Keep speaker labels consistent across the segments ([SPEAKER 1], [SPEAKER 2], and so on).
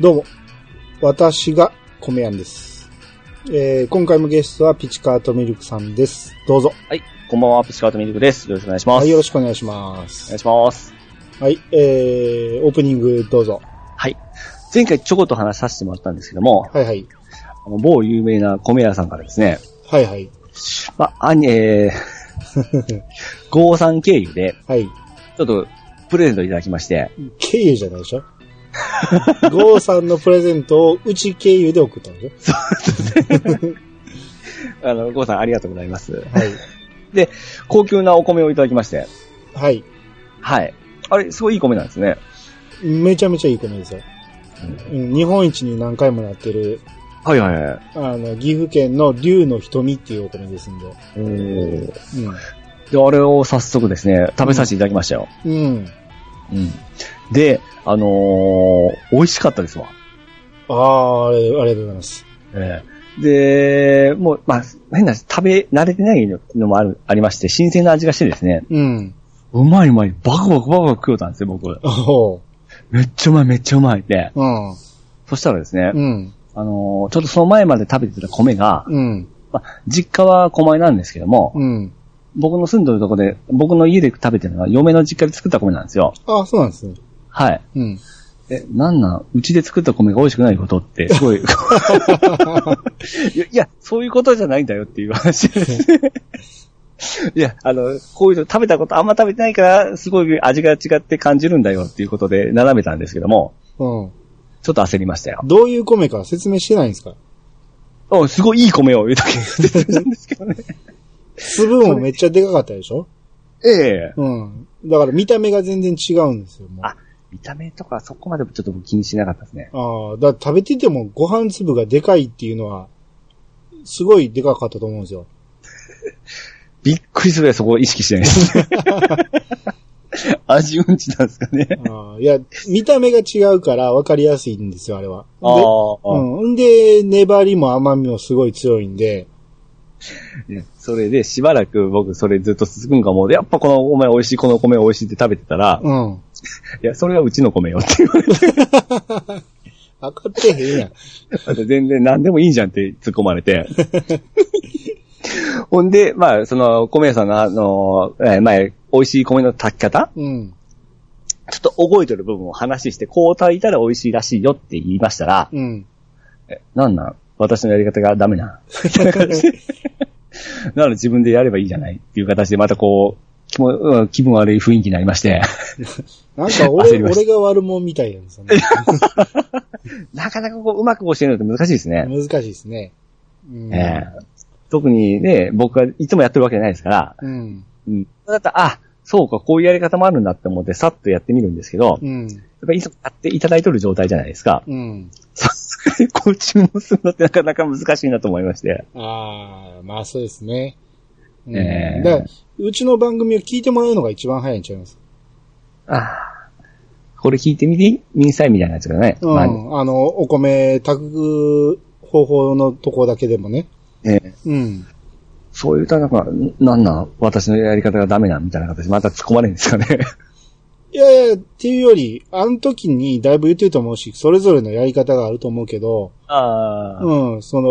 [SPEAKER 1] どうも、私が米やんです。えー、今回もゲストはピチカートミルクさんです。どうぞ。
[SPEAKER 2] はい。こんばんは、プチカートミルクです。よろしくお願いします。
[SPEAKER 1] はい、よろしくお
[SPEAKER 2] お
[SPEAKER 1] 願いします
[SPEAKER 2] 願い。します。
[SPEAKER 1] はい、えー、オープニングどうぞ。
[SPEAKER 2] はい。前回ちょこっと話させてもらったんですけども、
[SPEAKER 1] はいはい。
[SPEAKER 2] あの某有名な米屋さんからですね、
[SPEAKER 1] はいはい。
[SPEAKER 2] まあ、アニえー、郷さん経由で、
[SPEAKER 1] はい。
[SPEAKER 2] ちょっと、プレゼントいただきまして、
[SPEAKER 1] 経由じゃないでし ょゴーさんのプレゼントをうち経由で送ったんでし
[SPEAKER 2] あの、郷さんありがとうございます
[SPEAKER 1] ょ。はい。
[SPEAKER 2] 高級なお米をいただきまして、
[SPEAKER 1] はい。
[SPEAKER 2] はい。あれ、すごいいい米なんですね。
[SPEAKER 1] めちゃめちゃいい米ですよ。うん、日本一に何回もなってる、
[SPEAKER 2] はいはいはい。
[SPEAKER 1] あの、岐阜県の竜の瞳っていうお米ですんで。
[SPEAKER 2] で、
[SPEAKER 1] うん。
[SPEAKER 2] あれを早速ですね、食べさせていただきましたよ。
[SPEAKER 1] うん。
[SPEAKER 2] うん。で、あのー美味しかったですわ。
[SPEAKER 1] ああ、あれありがとうございます。
[SPEAKER 2] ええで、もう、まあ、変な話、食べ慣れてないのもある、ありまして、新鮮な味がしてですね、
[SPEAKER 1] うん。
[SPEAKER 2] うまいうまい、バクバクバクバク食うたんですよ、僕。
[SPEAKER 1] おう。
[SPEAKER 2] めっちゃうまい、めっちゃうまいって。
[SPEAKER 1] うん。
[SPEAKER 2] そしたらですね、
[SPEAKER 1] うん。
[SPEAKER 2] あのーちょっとその前まで食べてた米が、
[SPEAKER 1] うん。
[SPEAKER 2] まあ、実家は小米なんですけども、
[SPEAKER 1] うん。
[SPEAKER 2] 僕の住んでるとこで、僕の家で食べてるのは嫁の実家で作った米なんですよ。
[SPEAKER 1] ああ、そうなんですね。
[SPEAKER 2] はい。
[SPEAKER 1] うん。
[SPEAKER 2] え、なんなんうちで作った米が美味しくないことって、すごい。い や、いやそういうことじゃないんだよっていう話ですね。 いや、あの、こういうの食べたことあんま食べてないから、すごい味が違って感じるんだよっていうことで並べたんですけども、
[SPEAKER 1] うん。
[SPEAKER 2] ちょっと焦りましたよ。
[SPEAKER 1] どういう米か説明してないんですか
[SPEAKER 2] おすごいいい米を言う だけなんですけどね。
[SPEAKER 1] 粒もめっちゃでかかったでしょ
[SPEAKER 2] ええ
[SPEAKER 1] うん。だから見た目が全然違うんですよ、もう。
[SPEAKER 2] あ見た目とかそこまでちょっと気にしなかったですね。
[SPEAKER 1] ああ、だから食べててもご飯粒がでかいっていうのは、すごいでかかったと思うんですよ。
[SPEAKER 2] びっくりするぐらいそこを意識してない です。味うんちなんですかね。
[SPEAKER 1] ああいや、見た目が違うから分かりやすいんですよ、あれは。で
[SPEAKER 2] ああ。
[SPEAKER 1] うん。んで、粘りも甘みもすごい強いんで、
[SPEAKER 2] ねそれで、しばらく僕それずっと続くんかも、やっぱこのお米美味しい、この米美味しいって食べてたら、い
[SPEAKER 1] うん。
[SPEAKER 2] や、それはうちの米よって言われ
[SPEAKER 1] 分かってへんやん。
[SPEAKER 2] て、全然何でもいいじゃんって突っ込まれ て。ほんで、まあ、その、米屋さんの、あの、えー前、美味しい米の炊き方
[SPEAKER 1] うん。
[SPEAKER 2] ちょっと覚えてる部分を話して、こう炊いたら美味しいらしいよって言いましたら、
[SPEAKER 1] うん。
[SPEAKER 2] なんなん私のやり方がダメな。みたい な感じでなので自分でやればいいじゃないっていう形で、またこう、気もうん気分悪い雰囲気になりまして。
[SPEAKER 1] なんか
[SPEAKER 2] 焦
[SPEAKER 1] 俺、
[SPEAKER 2] りました
[SPEAKER 1] 俺が悪者みたいなんですよ ね。
[SPEAKER 2] なかなかこう、うまく教えるのって難しいですね。
[SPEAKER 1] 難しいですね。うん。
[SPEAKER 2] ええ特にね、僕はいつもやってるわけじゃないですから、
[SPEAKER 1] うん。
[SPEAKER 2] うん。だったら、あ、そうか、こういうやり方もあるんだって思って、さっとやってみるんですけど、やっ
[SPEAKER 1] うん。
[SPEAKER 2] ぱりいつもやっていただいとる状態じゃないですか。
[SPEAKER 1] うん。
[SPEAKER 2] さすがに こう注文するのってなかなか難しいなと思いまして。
[SPEAKER 1] ああ、まあそうですね。うん。
[SPEAKER 2] ええ
[SPEAKER 1] だからうちの番組を聞いてもらうのが一番早いんちゃいます。
[SPEAKER 2] ああ。これ聞いてみて、ミンサイみたいなやつがね。
[SPEAKER 1] うん。
[SPEAKER 2] まあ
[SPEAKER 1] あの、お米炊く方法のとこだけでもね。
[SPEAKER 2] ね
[SPEAKER 1] うん。
[SPEAKER 2] そういうとなんか、なんなん私のやり方がダメなんみたいな形でまた突っ込まれるんですかね。
[SPEAKER 1] いやいや、っていうより、あの時にだいぶ言ってると思うし、それぞれのやり方があると思うけど、
[SPEAKER 2] ああ。
[SPEAKER 1] うん、その、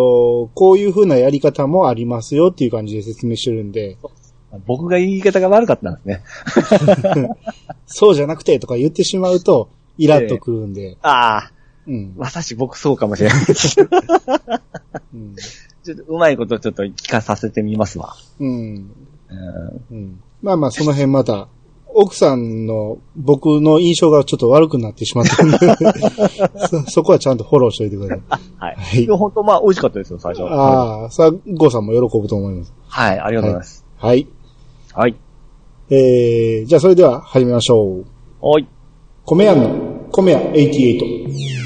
[SPEAKER 1] こういう風なやり方もありますよっていう感じで説明してるんで、
[SPEAKER 2] 僕が言い方が悪かったんですね。
[SPEAKER 1] そうじゃなくてとか言ってしまうと、イラッとくるんで、
[SPEAKER 2] ああ。
[SPEAKER 1] うん、
[SPEAKER 2] 私、僕そうかもしれない。
[SPEAKER 1] うん、
[SPEAKER 2] ちょっとうまいことちょっと聞かさせてみますわ。
[SPEAKER 1] うん、
[SPEAKER 2] うん
[SPEAKER 1] うん。まあまあ、その辺また、奥さんの僕の印象がちょっと悪くなってしまった んでそ、そこはちゃんとフォローしておいてください。
[SPEAKER 2] はい。
[SPEAKER 1] はい
[SPEAKER 2] いや、本当まあ、美味しかったですよ、最初。は
[SPEAKER 1] ああ、さあ、ゴーさんも喜ぶと思います。
[SPEAKER 2] い、ありがとうございます。
[SPEAKER 1] はい。
[SPEAKER 2] はい。
[SPEAKER 1] えー、じゃあそれでは始めましょう。
[SPEAKER 2] はい。
[SPEAKER 1] 米屋の、米屋88。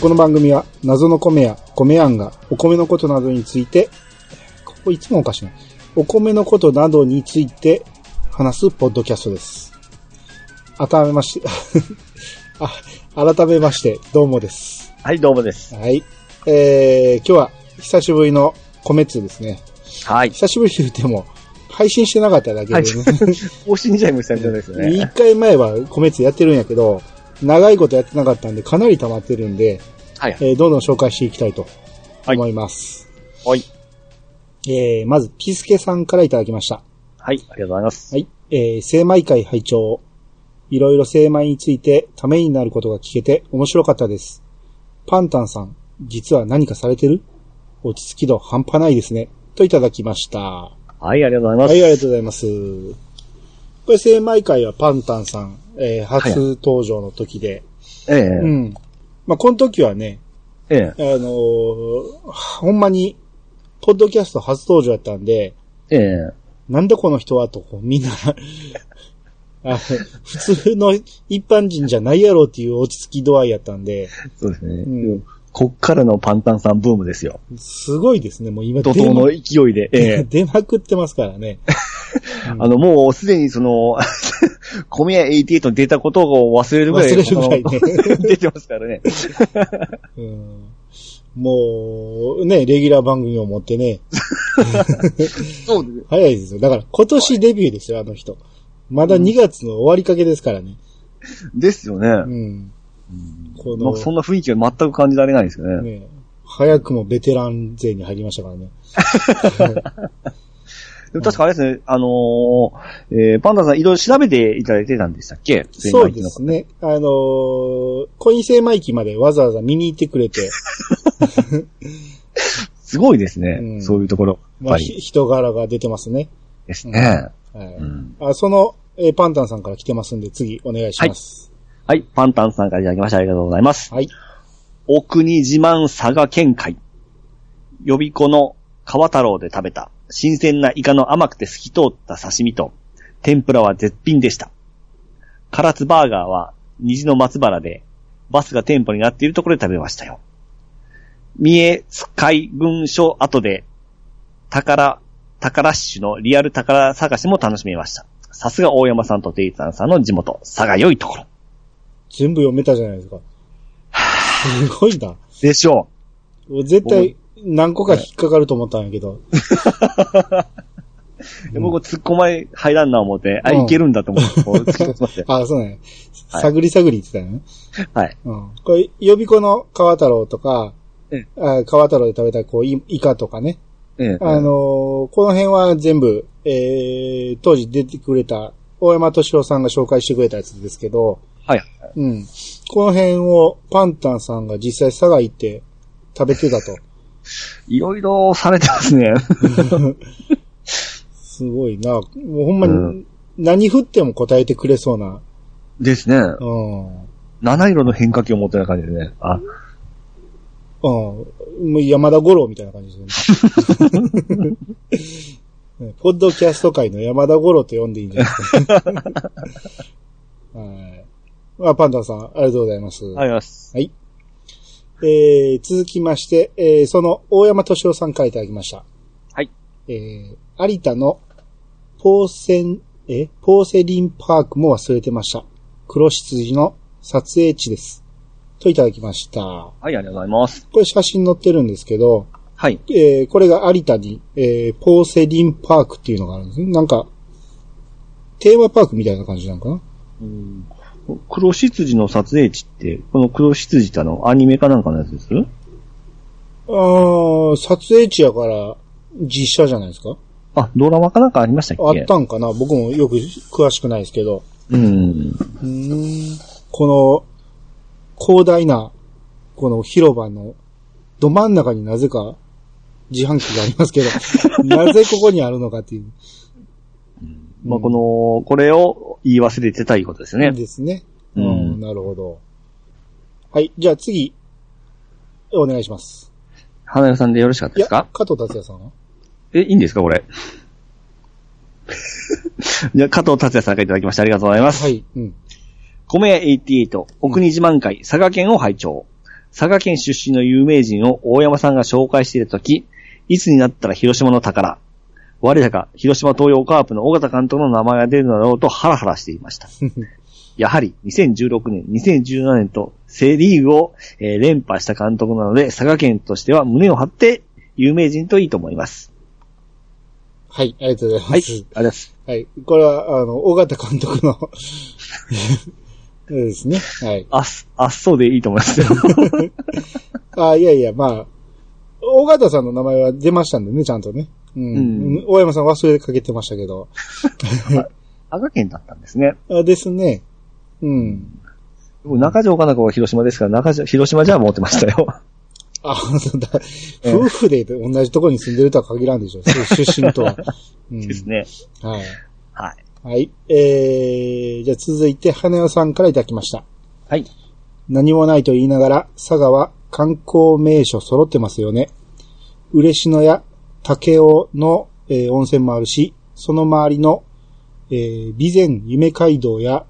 [SPEAKER 1] この番組は謎の米や米やんがお米のことなどについて、ここいつもおかしいな。お米のことなどについて話すポッドキャストです。改めまして、 あ、改めまして、どうもです。
[SPEAKER 2] はい、どうもです。
[SPEAKER 1] はい。えー、今日は久しぶりの米通ですね。
[SPEAKER 2] はい。
[SPEAKER 1] 久しぶり言っても、配信してなかっただけでね。
[SPEAKER 2] 更新試合も久々ですよ
[SPEAKER 1] 一
[SPEAKER 2] ね。
[SPEAKER 1] 回前は米通やってるんやけど、長いことやってなかったんで、かなり溜まってるんで、
[SPEAKER 2] はい。
[SPEAKER 1] えーどんどん紹介していきたいと
[SPEAKER 2] はい
[SPEAKER 1] 思います。
[SPEAKER 2] はい。
[SPEAKER 1] えー、まず、ピスケさんからいただきました。
[SPEAKER 2] はい、ありがとうございます。
[SPEAKER 1] はい。えー、精米会拝聴いろいろ精米についてためになることが聞けて面白かったです。パンタンさん、実は何かされてる落ち着き度半端ないですね。といただきました。は
[SPEAKER 2] はい、ありがとうございます。
[SPEAKER 1] い、ありがとうございます。これ、精米会はパンタンさん、えー初登場の時で。
[SPEAKER 2] ええ
[SPEAKER 1] うん。まあ、この時はね、
[SPEAKER 2] ええ
[SPEAKER 1] あのーほんまに、ポッドキャスト初登場やったんで、
[SPEAKER 2] ええ
[SPEAKER 1] なんだこの人はと、こうみんな あの、普通の一般人じゃないやろっていう落ち着き度合いやったんで、
[SPEAKER 2] そうですね。
[SPEAKER 1] うん
[SPEAKER 2] こっからのパンタンさんブームですよ。
[SPEAKER 1] すごいですね、もう今
[SPEAKER 2] 怒涛の勢いで。え
[SPEAKER 1] 出ま 出
[SPEAKER 2] え
[SPEAKER 1] まくってますからね。うん
[SPEAKER 2] あの、もうすでにその、 米屋88に出たことを忘れるぐらい。
[SPEAKER 1] 忘れるぐらいね
[SPEAKER 2] あの 出てますからね。
[SPEAKER 1] うんもう、ね、レギュラー番組を持ってね、
[SPEAKER 2] そうです。
[SPEAKER 1] 早いですよ。だから今年デビューですよ、あの人。まだ2月の終わりかけですからね。
[SPEAKER 2] ですよね。
[SPEAKER 1] うん。こ
[SPEAKER 2] ま
[SPEAKER 1] の
[SPEAKER 2] あ、そんな雰囲気は全く感じられないですよね。
[SPEAKER 1] ね、早くもベテラン勢に入りましたからね。
[SPEAKER 2] でも確かあれですね、あのーえーパンダさんいろいろ調べていただいてたんでしたっけ
[SPEAKER 1] そうです。ね。あのー、コイン精米機までわざわざ見に行ってくれ て、
[SPEAKER 2] すごいですね、
[SPEAKER 1] うん
[SPEAKER 2] そういうところ。やっ
[SPEAKER 1] まあ、
[SPEAKER 2] ぱ
[SPEAKER 1] ひ
[SPEAKER 2] り。
[SPEAKER 1] 人柄が出てますね。
[SPEAKER 2] ですね。
[SPEAKER 1] はい
[SPEAKER 2] うん
[SPEAKER 1] あその、えーパンタンさんから来てますんで、次お願いします。
[SPEAKER 2] はい、パンタンさんからいただきました。ありがとうございます。
[SPEAKER 1] はい。
[SPEAKER 2] お国自慢佐賀県会。予備子の川太郎で食べた新鮮なイカの甘くて透き通った刺身と、天ぷらは絶品でした。唐津バーガーは虹の松原で、バスが店舗になっているところで食べましたよ。三重海軍署後で、宝、宝ラッシュのリアル宝探しも楽しめました。さすが大山さんとデイタンさんの地元、佐賀良いところ。
[SPEAKER 1] 全部読めたじゃないですか。すごいな。
[SPEAKER 2] でしょう。
[SPEAKER 1] 絶対何個か引っかかると思ったんやけど。
[SPEAKER 2] で僕、突っ込まれ入らんな思って、あ、
[SPEAKER 1] うん。
[SPEAKER 2] いけるんだと思って、こう、突き進まして
[SPEAKER 1] あ、そうね。
[SPEAKER 2] はい
[SPEAKER 1] 探り探り言ってたよね。
[SPEAKER 2] はい。
[SPEAKER 1] うん。これ、予備子の川太郎とか、
[SPEAKER 2] うん
[SPEAKER 1] あ川太郎で食べたこうイイカとかね。
[SPEAKER 2] ええ
[SPEAKER 1] あのーこの辺は全部、えー、当時出てくれた、大山敏夫さんが紹介してくれたやつですけど、
[SPEAKER 2] はい。
[SPEAKER 1] うん。この辺をパンタンさんが実際佐賀行って食べてたと。
[SPEAKER 2] いろいろされてますね。
[SPEAKER 1] すごいな。もうほんまに、
[SPEAKER 2] うん
[SPEAKER 1] 何振っても答えてくれそうな。
[SPEAKER 2] ですね。
[SPEAKER 1] うん。
[SPEAKER 2] 七色の変化球を持ってない感じですね。あ、
[SPEAKER 1] うん。もう山田五郎みたいな感じですよね。 ポッドキャスト界の山田五郎と呼んでいいんじゃないですか。 はい。まあ、パンダさん、ありがとうございます。
[SPEAKER 2] あります。
[SPEAKER 1] えー、続きまして、えー、その、大山敏夫さんからいただきました。
[SPEAKER 2] はい。
[SPEAKER 1] えー、有田の、ポーセン、え、ポーセリンパークも忘れてました。黒羊の撮影地です。といただきました。こ
[SPEAKER 2] はい、ありがとうございます。
[SPEAKER 1] れ写真載ってるんですけど、
[SPEAKER 2] はい。
[SPEAKER 1] えーこれが有田に、えーポーセリンパークっていうのがあるんですね。なんか、テーマパークみたいな感じなのかな
[SPEAKER 2] うん黒羊の撮影地って、この黒羊ってあの、アニメかなんかのやつです
[SPEAKER 1] あー撮影地やから、実写じゃないですか
[SPEAKER 2] あ、ドラマかなんかありました
[SPEAKER 1] あ
[SPEAKER 2] っけ
[SPEAKER 1] ったんかな僕もよく詳しくないですけど。
[SPEAKER 2] うん。
[SPEAKER 1] うーんこの、広大な、この広場の、ど真ん中になぜか、自販機がありますけ ど、なぜここにあるのかっていう。
[SPEAKER 2] まあ、この、これを言い忘れてたいうことですね。
[SPEAKER 1] ですね。う、
[SPEAKER 2] うんん
[SPEAKER 1] なるほど。はい、じゃあ次、お願いします。
[SPEAKER 2] 花屋さんでよろしかった
[SPEAKER 1] い
[SPEAKER 2] で
[SPEAKER 1] や、
[SPEAKER 2] すか
[SPEAKER 1] 加藤達也さんは
[SPEAKER 2] え、いいんですかこれ。じゃあ加藤達也さんからいただきましてありがとうございます。
[SPEAKER 1] はい、うん。
[SPEAKER 2] 米屋88、お国自慢会、佐賀県を拝聴。佐賀県出身の有名人を大山さんが紹介していたとき、いつになったら広島の宝。 我らが広島東洋カープの尾形監督の名前が出るだろうとハラハラしていました。やはり2016年、2017年とセリーグを、えー連覇した監督なので、佐賀県としては胸を張って有名人といいと思います。
[SPEAKER 1] はい、ありがとうござい
[SPEAKER 2] は
[SPEAKER 1] ま
[SPEAKER 2] い。あ
[SPEAKER 1] す。
[SPEAKER 2] りがとうございます。
[SPEAKER 1] はい。これは、あの、尾形監督の、 ですね。はい。
[SPEAKER 2] あっ、あっそうでいいと思いますよ。
[SPEAKER 1] あいやいや、まあ、尾形さんの名前は出ましたんでね、ちゃんとね。うん。
[SPEAKER 2] うん
[SPEAKER 1] 大山さん忘れかけてましたけど。
[SPEAKER 2] 佐賀県だったんですね。
[SPEAKER 1] あですね。うん。
[SPEAKER 2] 僕中条かな子は広島ですから、中条、広島じゃ持ってましたよ。
[SPEAKER 1] あ、そうだ。
[SPEAKER 2] ええ
[SPEAKER 1] 夫婦で同じとこに住んでるとは限らん でしょ。そう出身とは。うん。
[SPEAKER 2] ですね。
[SPEAKER 1] はい。
[SPEAKER 2] はい。
[SPEAKER 1] はい。えー、じゃあ続いて、羽根さんからいただきました。
[SPEAKER 2] はい。
[SPEAKER 1] 何もないと言いながら、佐賀は観光名所揃ってますよね。嬉野や竹雄の、えー温泉もあるし、その周りの、えー備前夢街道や、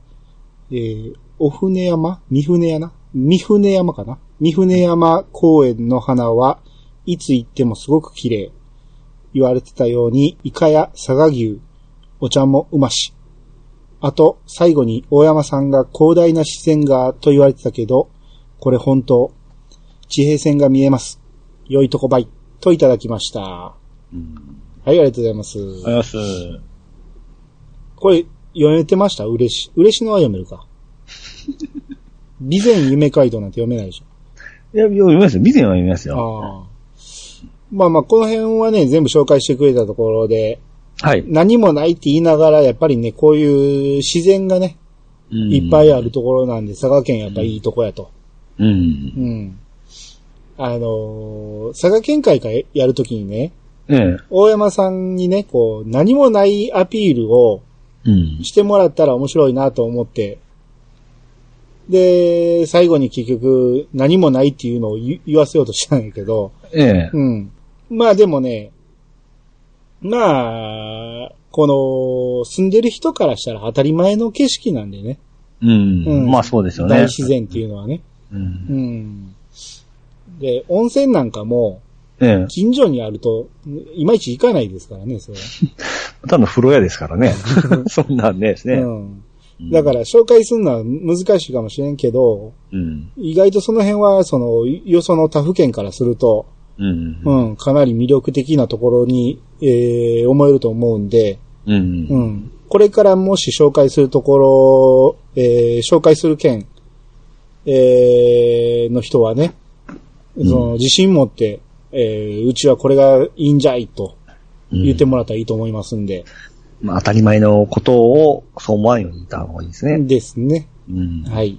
[SPEAKER 1] えー、お船山三船山三船山かな三船山公園の花はいつ行ってもすごく綺麗。言われてたように、イカや佐賀牛、お茶もうまし。あと、最後に大山さんが広大な自然がと言われてたけど、これ本当、地平線が見えます。良いとこばい。といただきました。はい、ありがとうございます。
[SPEAKER 2] ありがとうございます。
[SPEAKER 1] これ、読めてました嬉し。嬉しのは読めるか。備前夢街道なんて読めないでし
[SPEAKER 2] いや、読みますよ。見ては読みますよ。
[SPEAKER 1] ょ。ああ。まあまあ、この辺はね、全部紹介してくれたところで、
[SPEAKER 2] はい。
[SPEAKER 1] 何もないって言いながら、やっぱりね、こういう自然がね、いっぱいあるところなんで、佐賀県やっぱいいとこやと。
[SPEAKER 2] うん。
[SPEAKER 1] うん。あのー佐賀県会からやるときにね、
[SPEAKER 2] ええ。
[SPEAKER 1] 大山さんにね、こう、何もないアピールを
[SPEAKER 2] うん。
[SPEAKER 1] してもらったら面白いなと思って、で、最後に結局、何もないっていうのを言言わせようとしたんやけど、
[SPEAKER 2] ええ。
[SPEAKER 1] うん。まあでもね、まあ、この、住んでる人からしたら当たり前の景色なんでね。
[SPEAKER 2] うん。
[SPEAKER 1] うん
[SPEAKER 2] まあそうですよね。
[SPEAKER 1] 大自然っていうのはね。
[SPEAKER 2] うん。
[SPEAKER 1] うん。で、温泉なんかも、
[SPEAKER 2] ええ。
[SPEAKER 1] 近所にあると、いまいち行かないですからね、それは。
[SPEAKER 2] ただの風呂屋ですからね。 そんなんねですね。
[SPEAKER 1] うん。だから、紹介するのは難しいかもしれんけど、
[SPEAKER 2] うん。
[SPEAKER 1] 意外とその辺は、その、よその他府県からすると、
[SPEAKER 2] うん。
[SPEAKER 1] う
[SPEAKER 2] うん。
[SPEAKER 1] ん、かなり魅力的なところに、えー思えると思うんで、
[SPEAKER 2] うん。
[SPEAKER 1] うん。これからもし紹介するところ、えー紹介する県、えーの人はね、その、自信持って、えーうちはこれがいいんじゃいと言ってもらったらいいと思いますんで。
[SPEAKER 2] まあ当たり前のことをそう思わんように言った方がいいですね。
[SPEAKER 1] ですね。
[SPEAKER 2] うん。
[SPEAKER 1] はい。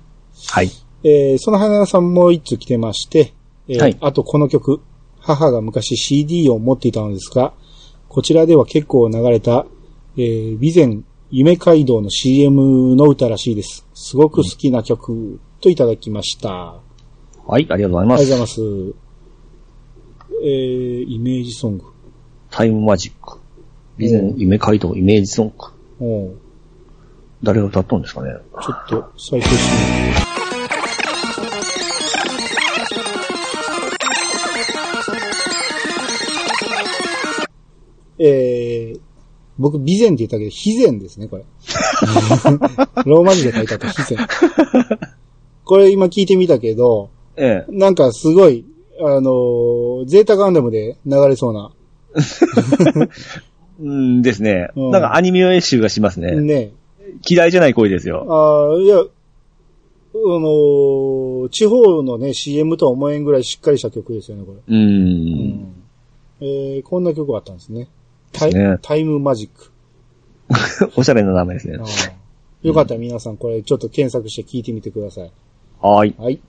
[SPEAKER 2] はい。
[SPEAKER 1] えーその花さんも一通来てまして、えー
[SPEAKER 2] はい
[SPEAKER 1] あとこの曲、母が昔 CD を持っていたのですが、こちらでは結構流れた、えー、備前夢街道の CM の歌らしいです。すごく好きな曲、といただきました。
[SPEAKER 2] はい、ありがとうござい
[SPEAKER 1] あ
[SPEAKER 2] ま
[SPEAKER 1] りがとうござい
[SPEAKER 2] す。
[SPEAKER 1] ます。えー、イメージソング。
[SPEAKER 2] タイムマジック。以前、夢街道イメージソング。
[SPEAKER 1] おう
[SPEAKER 2] 誰が歌ったんですかね。
[SPEAKER 1] ちょっと再生してみようえー、僕、備前って言ったけど、肥前ですね、これ。ローマ字で書いてあった、肥前。これ今聞いてみたけど、
[SPEAKER 2] え
[SPEAKER 1] なんかすごい、あのーゼータガンダムで流れそうな。
[SPEAKER 2] え。うんですね。
[SPEAKER 1] うん
[SPEAKER 2] なんかアニメ映集がしますね。
[SPEAKER 1] ね
[SPEAKER 2] 嫌いじゃない声です
[SPEAKER 1] あ
[SPEAKER 2] よ。
[SPEAKER 1] あーいや、あのー地方のね、CM とは思えんぐらいしっかりした曲ですよね、これ。
[SPEAKER 2] う。
[SPEAKER 1] うんんえーこんな曲があったんですね。タイ
[SPEAKER 2] ですね
[SPEAKER 1] タイムマジック。
[SPEAKER 2] おしゃれな名前ですね
[SPEAKER 1] あ。ーよかったら皆さんこれちょっと検索して聞いてみてください。
[SPEAKER 2] はーい。
[SPEAKER 1] はい。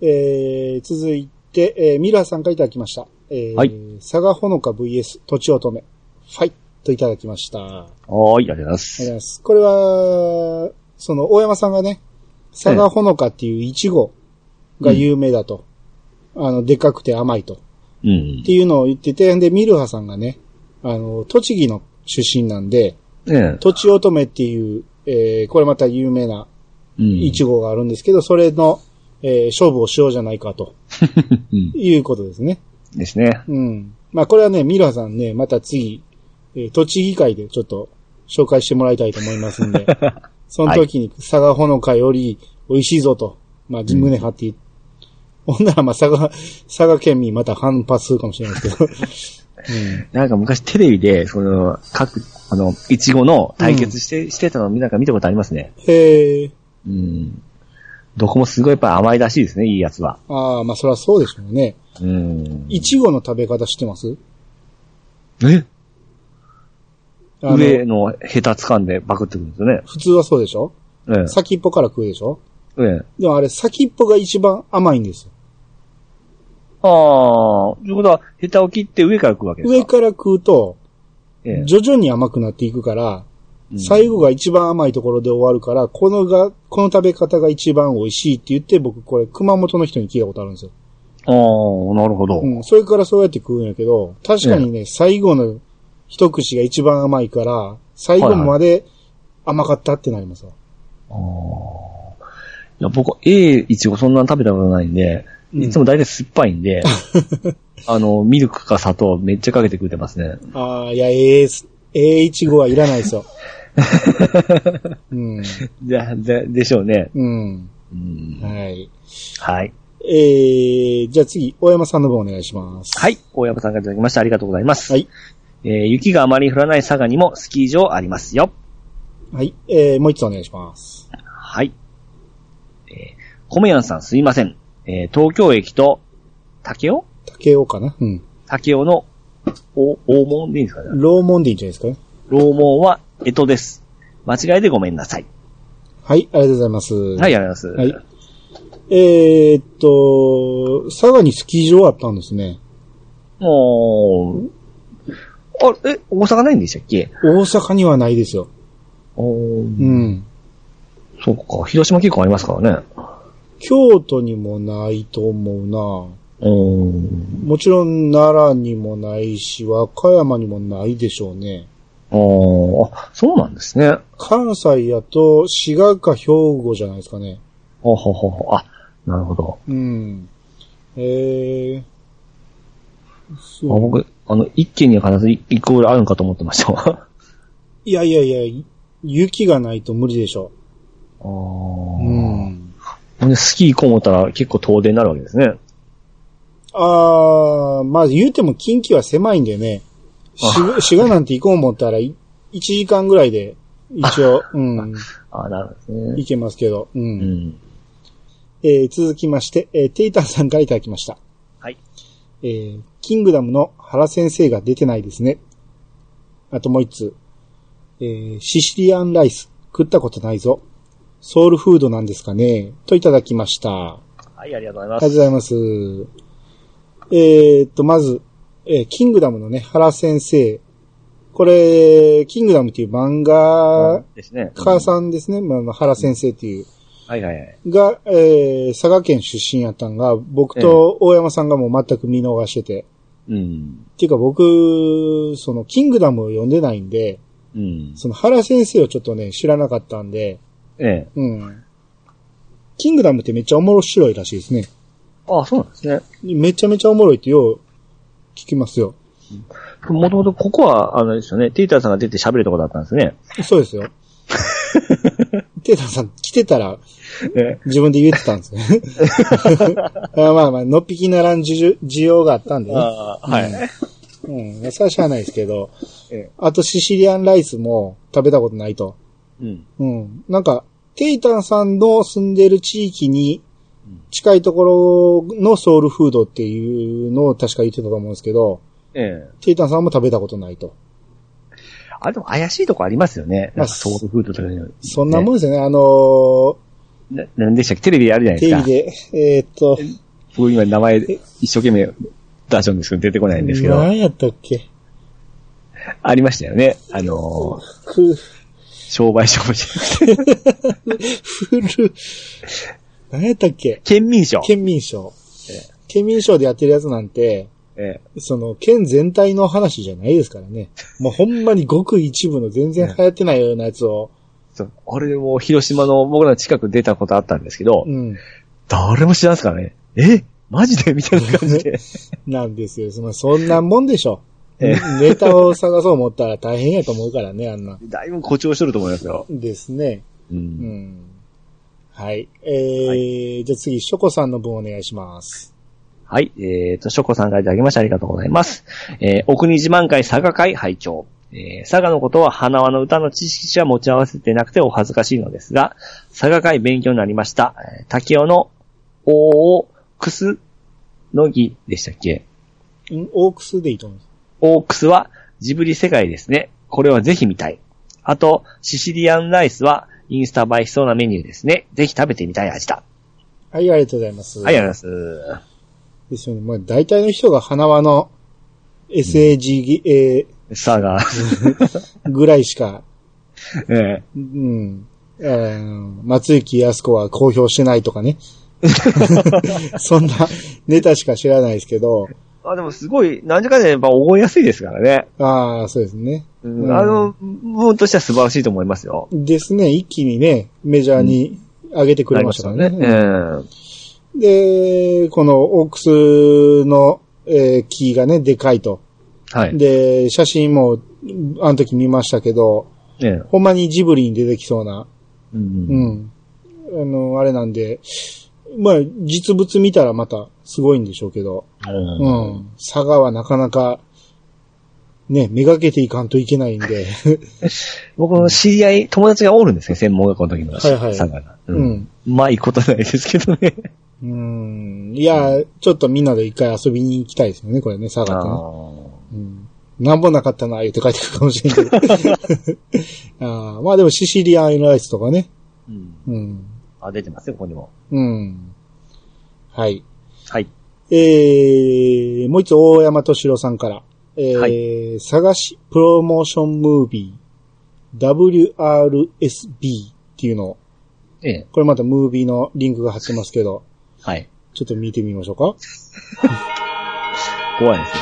[SPEAKER 1] えー、続いて、えーミラーさんからいただきました。えー、
[SPEAKER 2] はい
[SPEAKER 1] 佐賀ほのか VS 土地乙女。ファイといただきました。ありがとう
[SPEAKER 2] はーい、ありがとうございま
[SPEAKER 1] ござ
[SPEAKER 2] す。
[SPEAKER 1] います。これは、その、大山さんがね、佐賀ほのかっていうイチゴが有名だと。あの、でっかくて甘いと。
[SPEAKER 2] うん
[SPEAKER 1] っ。ていうのを言ってて、で、ミルハさんがね、あの、栃木の出身なんで、
[SPEAKER 2] ええ。
[SPEAKER 1] とちおとめっていう、えーこれまた有名な
[SPEAKER 2] うん
[SPEAKER 1] イチゴがあるんですけど、それの、えー勝負をしようじゃないかと
[SPEAKER 2] うん
[SPEAKER 1] いうことですね。
[SPEAKER 2] ですね。
[SPEAKER 1] うん。まあ、これはね、ミルハさんね、また次、えー栃木会でちょっと紹介してもらいたいと思いますんで。その時に佐賀ほのかより美味しいぞと、まあ、胸張って言っ、ほんならまあ佐賀、佐賀県民また反発するかもしれないですけど。
[SPEAKER 2] なんか昔テレビで、その、各、あの、いちごの対決して、してたのをなんか見たことありますね。
[SPEAKER 1] へえ、
[SPEAKER 2] うん。どこもすごいやっぱ甘いらしいですね、いいやつは。
[SPEAKER 1] ああ、まあそりゃそうでしょうね。
[SPEAKER 2] うん。
[SPEAKER 1] いちごの食べ方知ってます
[SPEAKER 2] え
[SPEAKER 1] あの
[SPEAKER 2] 上のヘタ掴んでバクってくるんですよね。
[SPEAKER 1] 普通はそうでしょ
[SPEAKER 2] え
[SPEAKER 1] 先っぽから食うでしょ
[SPEAKER 2] え。ええ。
[SPEAKER 1] でもあれ先っぽが一番甘いんですよ。
[SPEAKER 2] ああ、ということは、ヘタを切って上から食うわけですか
[SPEAKER 1] 上から食うと、
[SPEAKER 2] ええ
[SPEAKER 1] 徐々に甘くなっていくから、
[SPEAKER 2] うん
[SPEAKER 1] 最後が一番甘いところで終わるから、このが、この食べ方が一番美味しいって言って、僕これ熊本の人に聞いたことあるんですよ。
[SPEAKER 2] ああ、なるほど。
[SPEAKER 1] うん、それからそうやって食うんやけど、確かにね、最後の一口が一番甘いから、最後まで甘かったってなりますわ。
[SPEAKER 2] ああ。いや、僕、A いちごそんなの食べたことないんで、
[SPEAKER 1] うん
[SPEAKER 2] いつも大体酸っぱいん で、あの、ミルクか砂糖めっちゃかけて食うてますね。
[SPEAKER 1] ああ、いや、ええす、ええいちごはいらない ですよ。うん。
[SPEAKER 2] で、で、でしょうね。
[SPEAKER 1] うん。
[SPEAKER 2] うん、
[SPEAKER 1] はい。
[SPEAKER 2] はい。
[SPEAKER 1] えー、じゃあ次、大山さんの方お願いします。
[SPEAKER 2] はい。大山さんからいただきました。ありがとうございます。
[SPEAKER 1] はい。
[SPEAKER 2] えー雪があまり降らない佐賀にもスキー場ありますよ。
[SPEAKER 1] はい。えー、もう一つお願いします。
[SPEAKER 2] はい。えー、米屋さんすいません。えー東京駅と、竹尾
[SPEAKER 1] 竹雄かなうん。
[SPEAKER 2] 竹尾の、お、大門でいいんですかね
[SPEAKER 1] ローモンディじゃないですかね
[SPEAKER 2] 楼門は江戸です。間違いでごめんなさい。
[SPEAKER 1] はい、ありがとうございます。は。
[SPEAKER 2] はいい、ありがとうございます。
[SPEAKER 1] えー、っと、佐賀にスキー場あったんですね。
[SPEAKER 2] もう、あ、え、大阪ないんでしたっけ
[SPEAKER 1] 大阪にはないですよ。
[SPEAKER 2] お
[SPEAKER 1] う
[SPEAKER 2] ー
[SPEAKER 1] ん。
[SPEAKER 2] そうか、広島結構ありますからね。
[SPEAKER 1] 京都にもないと思うな。
[SPEAKER 2] おー
[SPEAKER 1] もちろん奈良にもないし、和歌山にもないでしょうね。
[SPEAKER 2] おーあ、そうなんですね。は
[SPEAKER 1] 関西やと滋賀か兵庫じゃないですかね。
[SPEAKER 2] ははは。あ、なるほど。
[SPEAKER 1] うん。えー。
[SPEAKER 2] あ
[SPEAKER 1] そう。
[SPEAKER 2] 僕、あの、一軒には必ず一個ぐらいあるんかと思ってました わ。
[SPEAKER 1] いやいやいや、雪がないと無理でしょ
[SPEAKER 2] あー
[SPEAKER 1] う。うん。
[SPEAKER 2] ほんで、スキー行こう思ったら結構遠出になるわけですね。
[SPEAKER 1] あー、まあ言うても近畿は狭いんでね。滋賀滋賀なんて行こう思ったら、い1時間ぐらいで、一応、 うん、
[SPEAKER 2] あーなるほどね。
[SPEAKER 1] 行けますけど。う。
[SPEAKER 2] うんん。
[SPEAKER 1] えー続きまして、えーテイタンさんからいただきました。
[SPEAKER 2] はい。
[SPEAKER 1] えーキングダムの原先生が出てないですね。あともう一つ。えーシシリアンライス、食ったことないぞ。ソウルフードなんですかねといただきました。
[SPEAKER 2] はい、ありがとうござ
[SPEAKER 1] あ
[SPEAKER 2] い
[SPEAKER 1] り
[SPEAKER 2] ま
[SPEAKER 1] がとう
[SPEAKER 2] す。
[SPEAKER 1] ございます。えーっと、まず、えーキングダムのね、原先生。これ、キングダムっていう漫画
[SPEAKER 2] ですね。
[SPEAKER 1] 家さんですね。まああの原先生っていう。
[SPEAKER 2] はいはいはい。
[SPEAKER 1] が、えー、佐賀県出身やったんが、僕と大山さんがもう全く見逃してて。
[SPEAKER 2] うん。
[SPEAKER 1] っていうか僕、その、キングダムを読んでないんで、
[SPEAKER 2] うん。
[SPEAKER 1] その原先生をちょっとね、知らなかったんで、
[SPEAKER 2] ええ。
[SPEAKER 1] うん。キングダムってめっちゃおもろ白いらしいですね。
[SPEAKER 2] あそうなんですね。
[SPEAKER 1] めちゃめちゃおもろいってよう聞きますよ。
[SPEAKER 2] もともとここは、あのですよね、テイターさんが出て喋るとこだったんですね。
[SPEAKER 1] そうですよ。テータさん来てたら自分で言ってたんですね。 あまあまあ、のっぴきならん需需要があったんでね。
[SPEAKER 2] ああ、はい。
[SPEAKER 1] うん、それはしゃあないですけど
[SPEAKER 2] ええ、
[SPEAKER 1] あとシシリアンライスも食べたことないと。
[SPEAKER 2] うん。
[SPEAKER 1] うん。なんか、テイタンさんの住んでる地域に近いところのソウルフードっていうのを確か言ってたと思うんですけど、
[SPEAKER 2] ええ。
[SPEAKER 1] テイタンさんも食べたことないと。
[SPEAKER 2] あ、でも怪しいとこありますよね。
[SPEAKER 1] ま
[SPEAKER 2] な
[SPEAKER 1] あ
[SPEAKER 2] んかソウルフードとかね
[SPEAKER 1] そんなもんですよね。あの
[SPEAKER 2] な、なんでしたっけテレビであるじゃな
[SPEAKER 1] ー、
[SPEAKER 2] いで
[SPEAKER 1] テレ
[SPEAKER 2] すか。
[SPEAKER 1] ビで、えーっと、
[SPEAKER 2] 僕今名前一生懸命出したんですけど、出てこないんですけど、
[SPEAKER 1] 何やったっけ
[SPEAKER 2] ありましたよね。あのー、
[SPEAKER 1] ふ、
[SPEAKER 2] 商売商売じゃなくて
[SPEAKER 1] ふる、何やったっけ
[SPEAKER 2] 県民賞。
[SPEAKER 1] 県民賞
[SPEAKER 2] ええ。
[SPEAKER 1] 県民賞でやってるやつなんて、
[SPEAKER 2] ええ。
[SPEAKER 1] その、県全体の話じゃないですからね。もうほんまにごく一部の全 然流行ってないようなやつを。
[SPEAKER 2] そう。あれも広島の僕らの近く出たことあったんですけど、
[SPEAKER 1] うん。
[SPEAKER 2] 誰も知らんすからね。えマジでみ たいな感じで。
[SPEAKER 1] なんですよ。そのそんなもんでしょ。
[SPEAKER 2] ええ
[SPEAKER 1] ネタを探そう思ったら大変やと思うからね、あんな。
[SPEAKER 2] だいぶ誇張しとると思いますよ。
[SPEAKER 1] ですね。
[SPEAKER 2] う。
[SPEAKER 1] うんん。はい。えーじゃあ次、ショコさんの分お願いします。
[SPEAKER 2] はい。えっ、と、ショコさんからいただきましてありがとうございます。えー、お国自慢会佐賀会拝聴えー、佐賀のことは花輪の歌の知識しか持ち合わせてなくてお恥ずかしいのですが、佐賀会勉強になりました。えー竹雄の、おおくす、のぎでしたっけ
[SPEAKER 1] んオークスでいいと思います。
[SPEAKER 2] オークスはジブリ世界ですね。これはぜひ見たい。あと、シシリアンライスはインスタ映えしそうなメニューですね。ぜひ食べてみたい味だ。
[SPEAKER 1] はい、ありがとうございます。
[SPEAKER 2] はい、ありがとうございます。
[SPEAKER 1] ですよね。まあ、大体の人が花輪の SAG、え
[SPEAKER 2] 佐賀。
[SPEAKER 1] ーぐらいしか、
[SPEAKER 2] ええ
[SPEAKER 1] うん。えー松雪康子は公表してないとか ね。 そんなネタしか知らないですけど、
[SPEAKER 2] あ、でもすごい、何時間でやっぱ覚えやすいですからね。
[SPEAKER 1] ああ、そうですね。
[SPEAKER 2] うん
[SPEAKER 1] うん
[SPEAKER 2] あの、部分としては素晴らしいと思いますよ。
[SPEAKER 1] ですね、一気にね、メジャーに上げてくれましたからね。
[SPEAKER 2] なりましたね。
[SPEAKER 1] で、このオークスの、えーキーがね、でかいと。
[SPEAKER 2] ええはい。
[SPEAKER 1] で、写真も、あの時見ましたけど、
[SPEAKER 2] ええ
[SPEAKER 1] ほんまにジブリに出てきそうな、
[SPEAKER 2] う
[SPEAKER 1] うんん。あの、あれなんで、まあ、実物見たらまたすごいんでしょうけど、
[SPEAKER 2] う
[SPEAKER 1] うんん。佐賀はなかなか、ね、めがけていかんといけないんで、
[SPEAKER 2] 僕の知り合い、友達がおるんですね、専門学校の時の
[SPEAKER 1] はいはい
[SPEAKER 2] 佐賀が。
[SPEAKER 1] う
[SPEAKER 2] うん
[SPEAKER 1] ん。
[SPEAKER 2] まあ、いいことないですけどね。
[SPEAKER 1] うん。いや、ちょっとみんなで一回遊びに行きたいですよね、これね、佐賀ってね。うんなんもなかったな、言って帰ってくるかもしれんけ ど。あーまあでもシシリアンライスとかね。
[SPEAKER 2] うん
[SPEAKER 1] うん。
[SPEAKER 2] あ、出てますよ、ここにも。
[SPEAKER 1] うん。はい。
[SPEAKER 2] はい。
[SPEAKER 1] えー、もう一つ大山敏郎さんから。えー
[SPEAKER 2] は
[SPEAKER 1] 探しプロモーションムービー WRSB っていうのを、
[SPEAKER 2] ええ。
[SPEAKER 1] これまたムービーのリンクが貼ってますけど、
[SPEAKER 2] はい。
[SPEAKER 1] ちょっと見てみましょうか。
[SPEAKER 2] 怖いですね。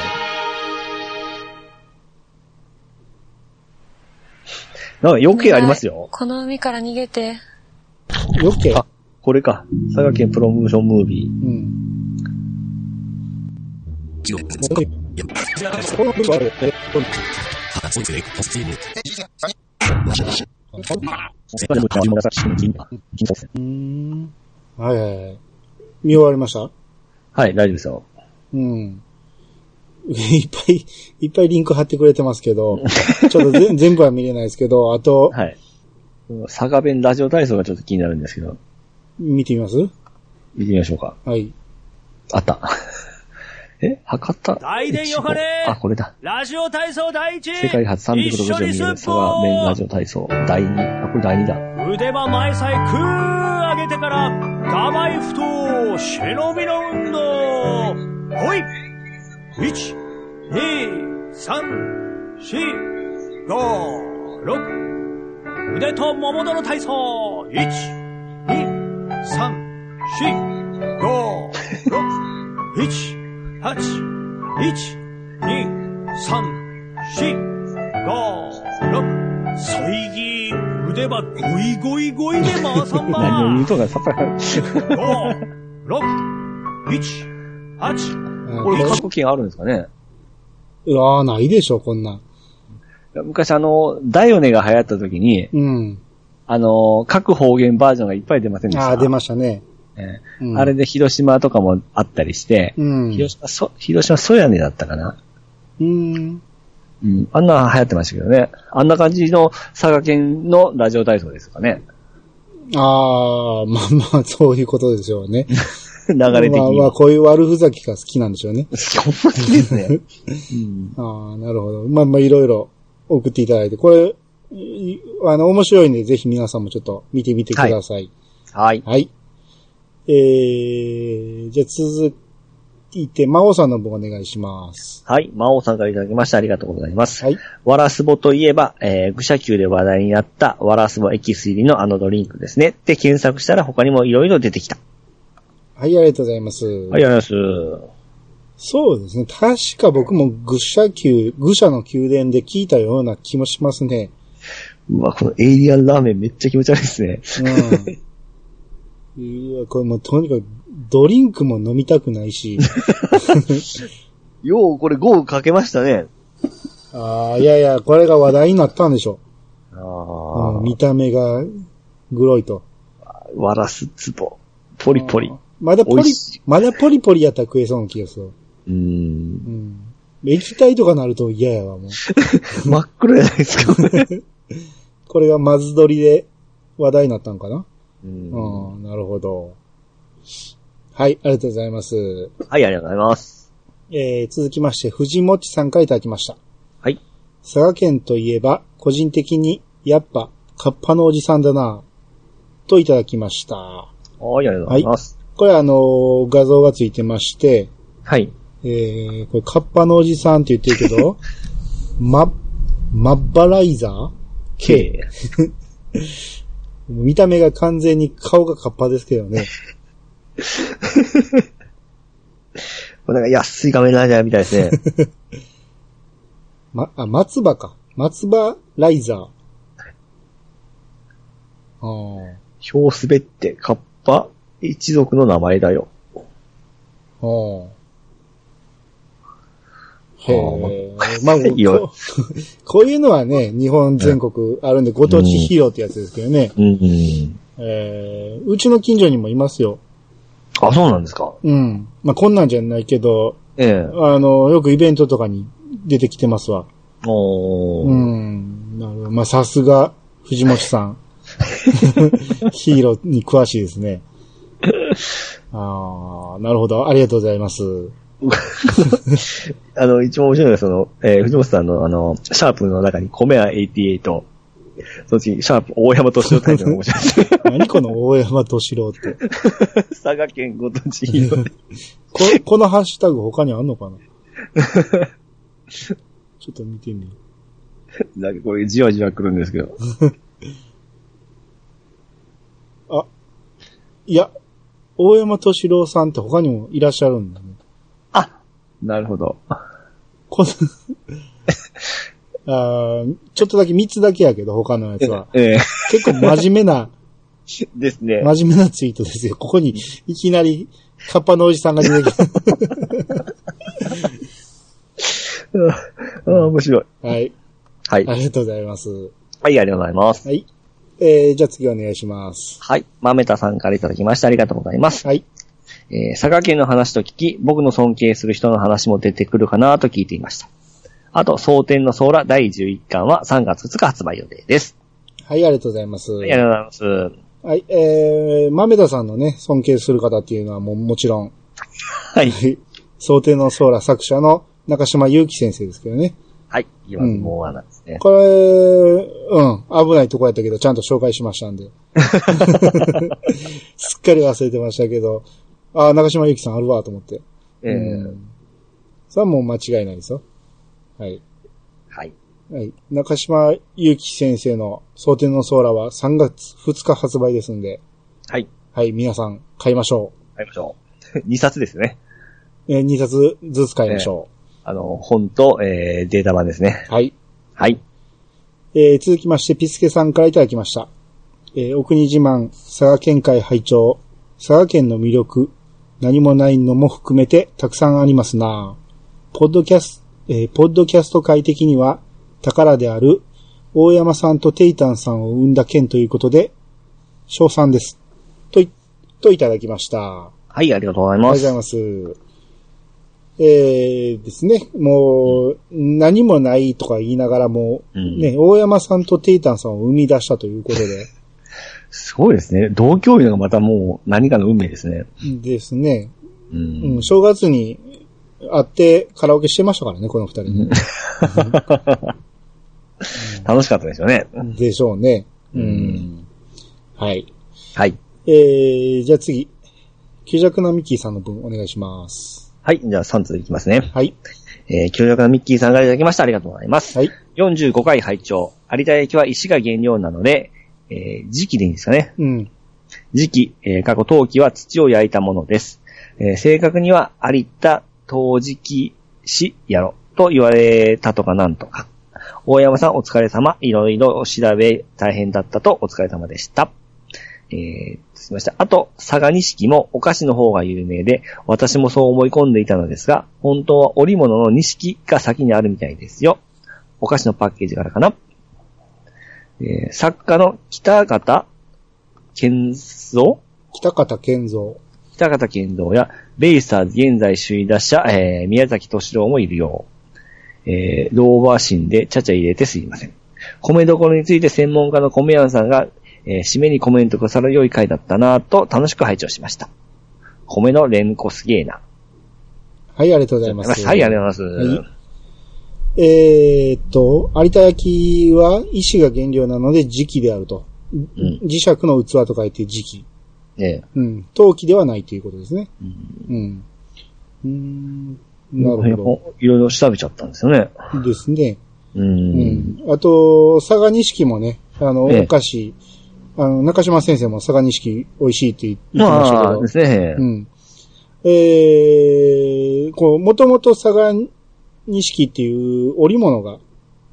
[SPEAKER 2] なんか余計ありますよ。
[SPEAKER 3] この海から逃げて。
[SPEAKER 1] よっけ。
[SPEAKER 2] あ、これか。佐賀県プロモーションムービー。
[SPEAKER 1] うん。うん。はいはいはい。見終わりました
[SPEAKER 2] はい、大丈夫ですよ。
[SPEAKER 1] うん。いっぱい、いっぱいリンク貼ってくれてますけ ど、ちょっとぜ全部は見れないですけど、あと、
[SPEAKER 2] はい。佐賀弁ラジオ体操がちょっと気になるんですけど、
[SPEAKER 1] 見てみます
[SPEAKER 2] 見てみましょうか。
[SPEAKER 1] はい。
[SPEAKER 2] あった。 え博多
[SPEAKER 4] 大殿よはれ
[SPEAKER 2] あ、これだ。
[SPEAKER 4] ラジオ体操第一
[SPEAKER 2] 世界初360ミリの佐賀弁ラジオ体操。第2。あ、これ第2だ。
[SPEAKER 4] 腕は前さえくー上げてから、ガバイフと忍びの運動。ほい !1、2、3、4、5、6。腕とももとの体操。1、2、3、4、5、6。1、8、1、2、3、4、5、6。最近、腕ばゴイゴイゴイで回さんば。
[SPEAKER 2] 何を言うとかさっぱりわからん。
[SPEAKER 4] 5、6、1、8。
[SPEAKER 2] これ、
[SPEAKER 1] あ
[SPEAKER 2] 韓国圏あるんですかね
[SPEAKER 1] うわーないでしょ、こんなん。
[SPEAKER 2] 昔あの、ダイオネが流行った時に、
[SPEAKER 1] うん。
[SPEAKER 2] あの、各方言バージョンがいっぱい出ませんでした。
[SPEAKER 1] ああ、出ましたね。
[SPEAKER 2] え
[SPEAKER 1] う
[SPEAKER 2] え
[SPEAKER 1] ん
[SPEAKER 2] あれで広島とかもあったりして、
[SPEAKER 1] うん。
[SPEAKER 2] 広島、そ、広島ソヤネだったかな
[SPEAKER 1] うん。
[SPEAKER 2] うん。あんな流行ってましたけどね。あんな感じの佐賀県のラジオ体操ですか ね。
[SPEAKER 1] ああ、まあまあ、 そういうことでしょうね。
[SPEAKER 2] 流れ的
[SPEAKER 1] まあ
[SPEAKER 2] に。
[SPEAKER 1] まあ、こういう悪ふざけが好きなんでしょうね。
[SPEAKER 2] ほんま好きで すね。うん。
[SPEAKER 1] ああ、なるほど。まあまあ、いろいろ送っていただいて、これ、いあの、面白いんで、ぜひ皆さんもちょっと見てみてください
[SPEAKER 2] はい。
[SPEAKER 1] はい。えー、じゃあ続いて、魔王さんの分お願いします。
[SPEAKER 2] はい。魔王さんからいただきましてありがとうございます。
[SPEAKER 1] はい。
[SPEAKER 2] わらすぼといえば、えー、愚者級で話題になったわらすぼエキス入りのあのドリンクですね。って検索したら他にもいろいろ出てきた。
[SPEAKER 1] はい、ありがとうございます。
[SPEAKER 2] はい、ありがとうございま
[SPEAKER 1] そうですね。確か僕も愚者級、愚者の宮殿で聞いたような気もしますね。
[SPEAKER 2] す。うわ、このエイリアンラーメンめっちゃ気持ち悪いですね。
[SPEAKER 1] うん。 いや、これもうとにかく、ドリンクも飲みたくないし。
[SPEAKER 2] よう、これ豪雨かけましたね。
[SPEAKER 1] ああ、いやいや、これが話題になったんでしょ
[SPEAKER 2] あ
[SPEAKER 1] う。うん
[SPEAKER 2] あ。
[SPEAKER 1] 見た目が、グロいと。
[SPEAKER 2] わらすつぼ。ポリポリ。
[SPEAKER 1] まだポ
[SPEAKER 2] 美
[SPEAKER 1] リ
[SPEAKER 2] 味しい、
[SPEAKER 1] まだポリポリやったら食えそうな気がする。
[SPEAKER 2] うーん
[SPEAKER 1] う。ん。液体とかなると嫌やわ、もう。
[SPEAKER 2] 真っ黒じゃないですか、これ。
[SPEAKER 1] これがマズドリで話題になったんかな
[SPEAKER 2] うんは
[SPEAKER 1] うん、なるほど。はい、ありがとうございます。
[SPEAKER 2] い、ありがとうございます。
[SPEAKER 1] えー、続きまして、藤もちさんからいただきました。
[SPEAKER 2] はい。
[SPEAKER 1] 佐賀県といえば、個人的に、やっぱ、カッパのおじさんだなぁといただきました。
[SPEAKER 2] はい、ありがとうございます。
[SPEAKER 1] これあのー画像がついてまして、
[SPEAKER 2] はい。
[SPEAKER 1] えー、これカッパのおじさんって言ってるけ ど、マ、マッバライザー ?K。
[SPEAKER 2] K。
[SPEAKER 1] 見た目が完全に顔がカッパですけど ね。
[SPEAKER 2] なんか安い仮面ライダーみたいですね。
[SPEAKER 1] ま、あ、松葉か。松葉ライザー。あー
[SPEAKER 2] 表すべって、カッパ一族の名前だよ。
[SPEAKER 1] はあ。へえ
[SPEAKER 2] は。
[SPEAKER 1] まあ、
[SPEAKER 2] いいよ
[SPEAKER 1] こうこういうのはね、日本全国あるんで、ご当地ヒーローってやつですけどね。
[SPEAKER 2] うんうん。
[SPEAKER 1] えーうちの近所にもいますよ。
[SPEAKER 2] あ、そうなんですか。
[SPEAKER 1] うん。まあ、こんなんじゃないけど、
[SPEAKER 2] ええ。
[SPEAKER 1] あの、よくイベントとかに出てきてますわ。
[SPEAKER 2] お
[SPEAKER 1] う
[SPEAKER 2] ー。
[SPEAKER 1] ん。なるほど。まあ、さすが、藤本さん。ヒーローに詳しいですね。ああ、なるほど。ありがとうございます。
[SPEAKER 2] あの、一番面白いのは、その、えー藤本さんの、あの、シャープの中に、米屋88、その次、シャープ大山敏夫タイトルが面白いですね。
[SPEAKER 1] 何この大山敏郎って。
[SPEAKER 2] 佐賀県ご当地ヒーロー。
[SPEAKER 1] こ このハッシュタグ他にあんの かなちょっと見てみよう。
[SPEAKER 2] なんかこれ、じわじわ来るんですけど。
[SPEAKER 1] いや、大山敏郎さんって他にもいらっしゃるんだね。
[SPEAKER 2] あなるほど。
[SPEAKER 1] この あーちょっとだけ3つだけやけど、他のやつは。
[SPEAKER 2] ええ
[SPEAKER 1] 結構真面目 な、
[SPEAKER 2] ですね。
[SPEAKER 1] 真面目なツイートですよ。ここにいきなりカッパのおじさんが出てきた。
[SPEAKER 2] うんあー面白い。
[SPEAKER 1] はい。
[SPEAKER 2] はい。
[SPEAKER 1] あ
[SPEAKER 2] はい、
[SPEAKER 1] りがとうございます。
[SPEAKER 2] ありがとうございます。
[SPEAKER 1] はい。えー、じゃあ次お願いします。
[SPEAKER 2] はい。まめたさんからいただきましてありがとうございます。
[SPEAKER 1] はい。
[SPEAKER 2] えー佐賀県の話と聞き、僕の尊敬する人の話も出てくるかなと聞いていました。あと、蒼天のソーラ第11巻は3月2日発売予定です。
[SPEAKER 1] はい、ありがとうございます。
[SPEAKER 2] ありがとうございます。
[SPEAKER 1] はい、えー、豆田さんのね、尊敬する方っていうのはもうもちろん、
[SPEAKER 2] はい。
[SPEAKER 1] 想定のソーラ作者の中島祐希先生ですけどね。
[SPEAKER 2] はい。今、
[SPEAKER 1] うん
[SPEAKER 2] もうあなんですね。
[SPEAKER 1] これ、うん、危ないとこやったけど、ちゃんと紹介しましたんで。 すっかり忘れてましたけど、あー中島祐希さんあるわと思って。
[SPEAKER 2] えー
[SPEAKER 1] うんそれはもう間違いないですよ。はい。
[SPEAKER 2] はい。
[SPEAKER 1] はい。中島祐希先生の想定のソーラは3月2日発売ですんで、
[SPEAKER 2] はい。
[SPEAKER 1] はい、皆さん買いましょう。
[SPEAKER 2] 買いましょう。2冊ですね。
[SPEAKER 1] え2冊ずつ買いましょ
[SPEAKER 2] あの、本と、えーデータ版ですね。
[SPEAKER 1] う。はい。
[SPEAKER 2] はい。
[SPEAKER 1] えー続きまして、ピスケさんからいただきました。えーお国自慢、佐賀県会拝聴佐賀県の魅力、何もないのも含めてたくさんありますなぁポッドキャスト、えーポッドキャスト会的には、宝である、大山さんとテイタンさんを生んだ県ということで、賞賛です。とい、といただきました。
[SPEAKER 2] はい、ありがとうござ
[SPEAKER 1] あ
[SPEAKER 2] い
[SPEAKER 1] りがとう
[SPEAKER 2] ま
[SPEAKER 1] ござい
[SPEAKER 2] す。
[SPEAKER 1] ます。えー、ですね。もう、何もないとか言いながらも、
[SPEAKER 2] うん
[SPEAKER 1] ね、大山さんとテイタンさんを生み出したということ で、
[SPEAKER 2] すごいですね。同教員がまたもう何かの運命ですね。
[SPEAKER 1] ですね。
[SPEAKER 2] う
[SPEAKER 1] うんん、。正月に会ってカラオケしてましたからね、この二人ね。
[SPEAKER 2] 楽しかったですよね。
[SPEAKER 1] でしょうね。うん。
[SPEAKER 2] うん
[SPEAKER 1] はい。
[SPEAKER 2] はい。
[SPEAKER 1] えー、じゃあ次。虚弱なミッキーさんの分お願いします。
[SPEAKER 2] はい。じゃあ3通いきますね。
[SPEAKER 1] はい。
[SPEAKER 2] えー、協力のミッキーさんからいただきました。ありがとうございます。
[SPEAKER 1] はい。
[SPEAKER 2] 45回拝聴有田焼は石が原料なので、えー、時期でいいんですかね。
[SPEAKER 1] うん。
[SPEAKER 2] 時期、えー、過去陶器は土を焼いたものです。えー、正確には有田陶磁器師やろと言われたとかなんとか。大山さんお疲れ様。いろいろお調べ大変だったとお疲れ様でした。えー、すみません。あと、佐賀錦もお菓子の方が有名で、私もそう思い込んでいたのですが、本当は織物の錦が先にあるみたいですよ。お菓子のパッケージからかな。えー作家の北方健三
[SPEAKER 1] 北方健三。
[SPEAKER 2] 北方健三や、ベイスターズ現在首位打者、えー、宮崎敏郎もいるよう。えー、ローバーシンでちゃちゃ入れてすいません。米どころについて専門家の米山さんが、えー、締めにコメントくださる良い回だったなぁと楽しく拝聴しました。米の連呼すげえな。
[SPEAKER 1] はい、ありがとうございます。
[SPEAKER 2] はい、ありがとうござい
[SPEAKER 1] は
[SPEAKER 2] ま
[SPEAKER 1] い
[SPEAKER 2] す。
[SPEAKER 1] えーっと、有田焼は石が原料なので磁器であると。
[SPEAKER 2] ん
[SPEAKER 1] 磁石の器と書いて磁器。
[SPEAKER 2] ね
[SPEAKER 1] うん。陶器ではないということですね。
[SPEAKER 2] え
[SPEAKER 1] うん。うーん、
[SPEAKER 2] うん
[SPEAKER 1] なるほ
[SPEAKER 2] いろいろ調べちゃったんですよね。
[SPEAKER 1] ど。ですね。
[SPEAKER 2] う。
[SPEAKER 1] うんん。あと、佐賀錦もね、あの、
[SPEAKER 2] ええ
[SPEAKER 1] お菓子、あの、中島先生も佐賀錦美味しいって言ってましたけ
[SPEAKER 2] まあ、
[SPEAKER 1] ど
[SPEAKER 2] で。すね。
[SPEAKER 1] うん。えー、こう、もともと佐賀錦っていう織物が、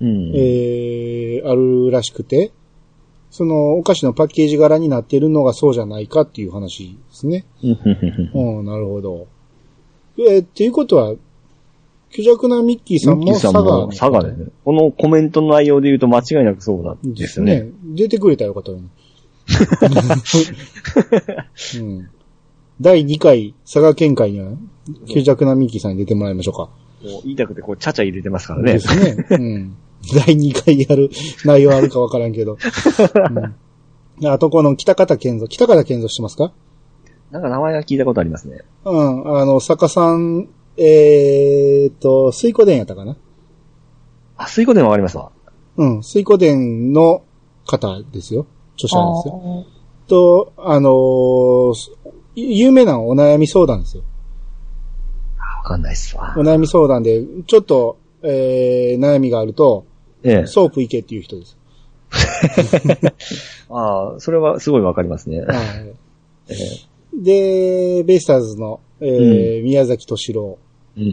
[SPEAKER 2] うん。
[SPEAKER 1] えー、あるらしくて、そのお菓子のパッケージ柄になってるのがそうじゃないかっていう話ですね。うん、なるほど。えー、っていうことは、虚弱なミッキーさん
[SPEAKER 2] ミッキ
[SPEAKER 1] も
[SPEAKER 2] ーさ
[SPEAKER 1] 佐
[SPEAKER 2] ん
[SPEAKER 1] 賀
[SPEAKER 2] も佐賀ですね。このコメントの内容で言うと間違いなくそうなん
[SPEAKER 1] で
[SPEAKER 2] ですす
[SPEAKER 1] ね。
[SPEAKER 2] ね。
[SPEAKER 1] 出てくれたらよかった のに。うん、第2回佐賀県会には、虚弱なミッキーさんに出てもらいましょうか。
[SPEAKER 2] もう言いたくて、こう、ちゃちゃ入れてますからね
[SPEAKER 1] で。すね。うん。第2回やる内容あるかわからんけど。うん、あとこの北方健三。北方健三してますか
[SPEAKER 2] なんか名前は聞いたことありますね。
[SPEAKER 1] うん。あの、坂さん、えーっと、水湖殿やったかな
[SPEAKER 2] あ、そういうことでもわかりますわ。
[SPEAKER 1] うん。水湖殿の方ですよ。著者なんですよ。
[SPEAKER 2] よ。
[SPEAKER 1] と、あのー有名なお悩み相談ですよ。
[SPEAKER 2] わかんないっすわ
[SPEAKER 1] お。悩み相談で、ちょっと、えー、悩みがあると、
[SPEAKER 2] ええ。
[SPEAKER 1] ソープ行けっていう人です。
[SPEAKER 2] ああ、それはすごいわかりますね。
[SPEAKER 1] はい
[SPEAKER 2] え
[SPEAKER 1] で、ベイスターズの、えー宮崎敏郎。
[SPEAKER 2] えう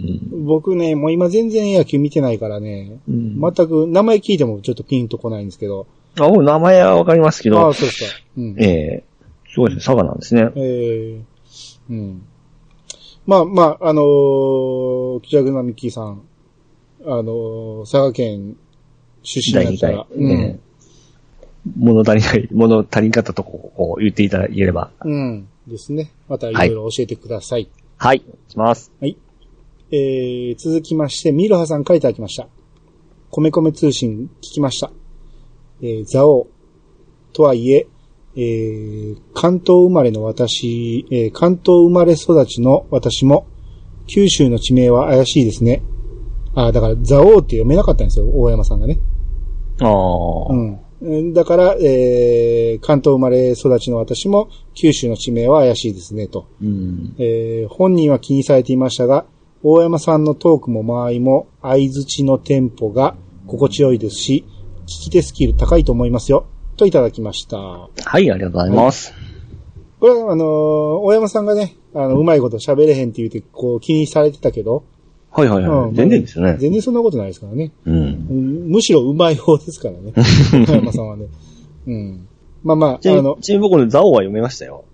[SPEAKER 2] ん
[SPEAKER 1] 僕ね、もう今全然野球見てないからね、
[SPEAKER 2] うん。
[SPEAKER 1] 全く名前聞いてもちょっとピンとこないんですけど。
[SPEAKER 2] あ、もう名前はわかりますけ
[SPEAKER 1] ああ、
[SPEAKER 2] ど、
[SPEAKER 1] そうですか。うん。
[SPEAKER 2] ええ。すごいですね。佐賀なんですね。
[SPEAKER 1] えーうん。まあまあ、あのー、キジャグナミッキーさん、あのー、佐賀県出身
[SPEAKER 2] 第
[SPEAKER 1] だっ
[SPEAKER 2] 2
[SPEAKER 1] た
[SPEAKER 2] 回
[SPEAKER 1] ら、。うん、
[SPEAKER 2] ええ物足りない、物足りんかったとこをこう言っていただければ。
[SPEAKER 1] うん。ですね。またいろいろ教えてください。
[SPEAKER 2] はい、いきます。
[SPEAKER 1] えー、続きまして、ミルハさん書いてあきました。米米通信聞きました。えー、ザオとはいえ、えー、関東生まれの私、えー関東生まれ育ちの私も、九州の地名は怪しいですね。あー、だから、ザオって読めなかったんですよ、大山さんがね。
[SPEAKER 2] ああ。
[SPEAKER 1] うんうん。だから、えー、関東生まれ育ちの私も、九州の地名は怪しいですね、と。
[SPEAKER 2] うん。
[SPEAKER 1] えー本人は気にされていましたが、大山さんのトークも間合いも、相づちのテンポが心地よいですし、聞き手スキル高いと思いますよ、といただきました。こ
[SPEAKER 2] はい、ありがとうございます。
[SPEAKER 1] れは、あのー大山さんがね、あの、うまいこと喋れへんって言って、こう、気にされてたけど、
[SPEAKER 2] はいはいは
[SPEAKER 1] う
[SPEAKER 2] い。
[SPEAKER 1] ん
[SPEAKER 2] 全然ですよね。
[SPEAKER 1] 全然そんなことないですからね。
[SPEAKER 2] うん。
[SPEAKER 1] うんむしろうまい方ですから ね。大山さんはね。うん。まあま
[SPEAKER 2] ち
[SPEAKER 1] あ、あ
[SPEAKER 2] なみ
[SPEAKER 1] の
[SPEAKER 2] に、、ちなみに僕のザオは読めましたよ。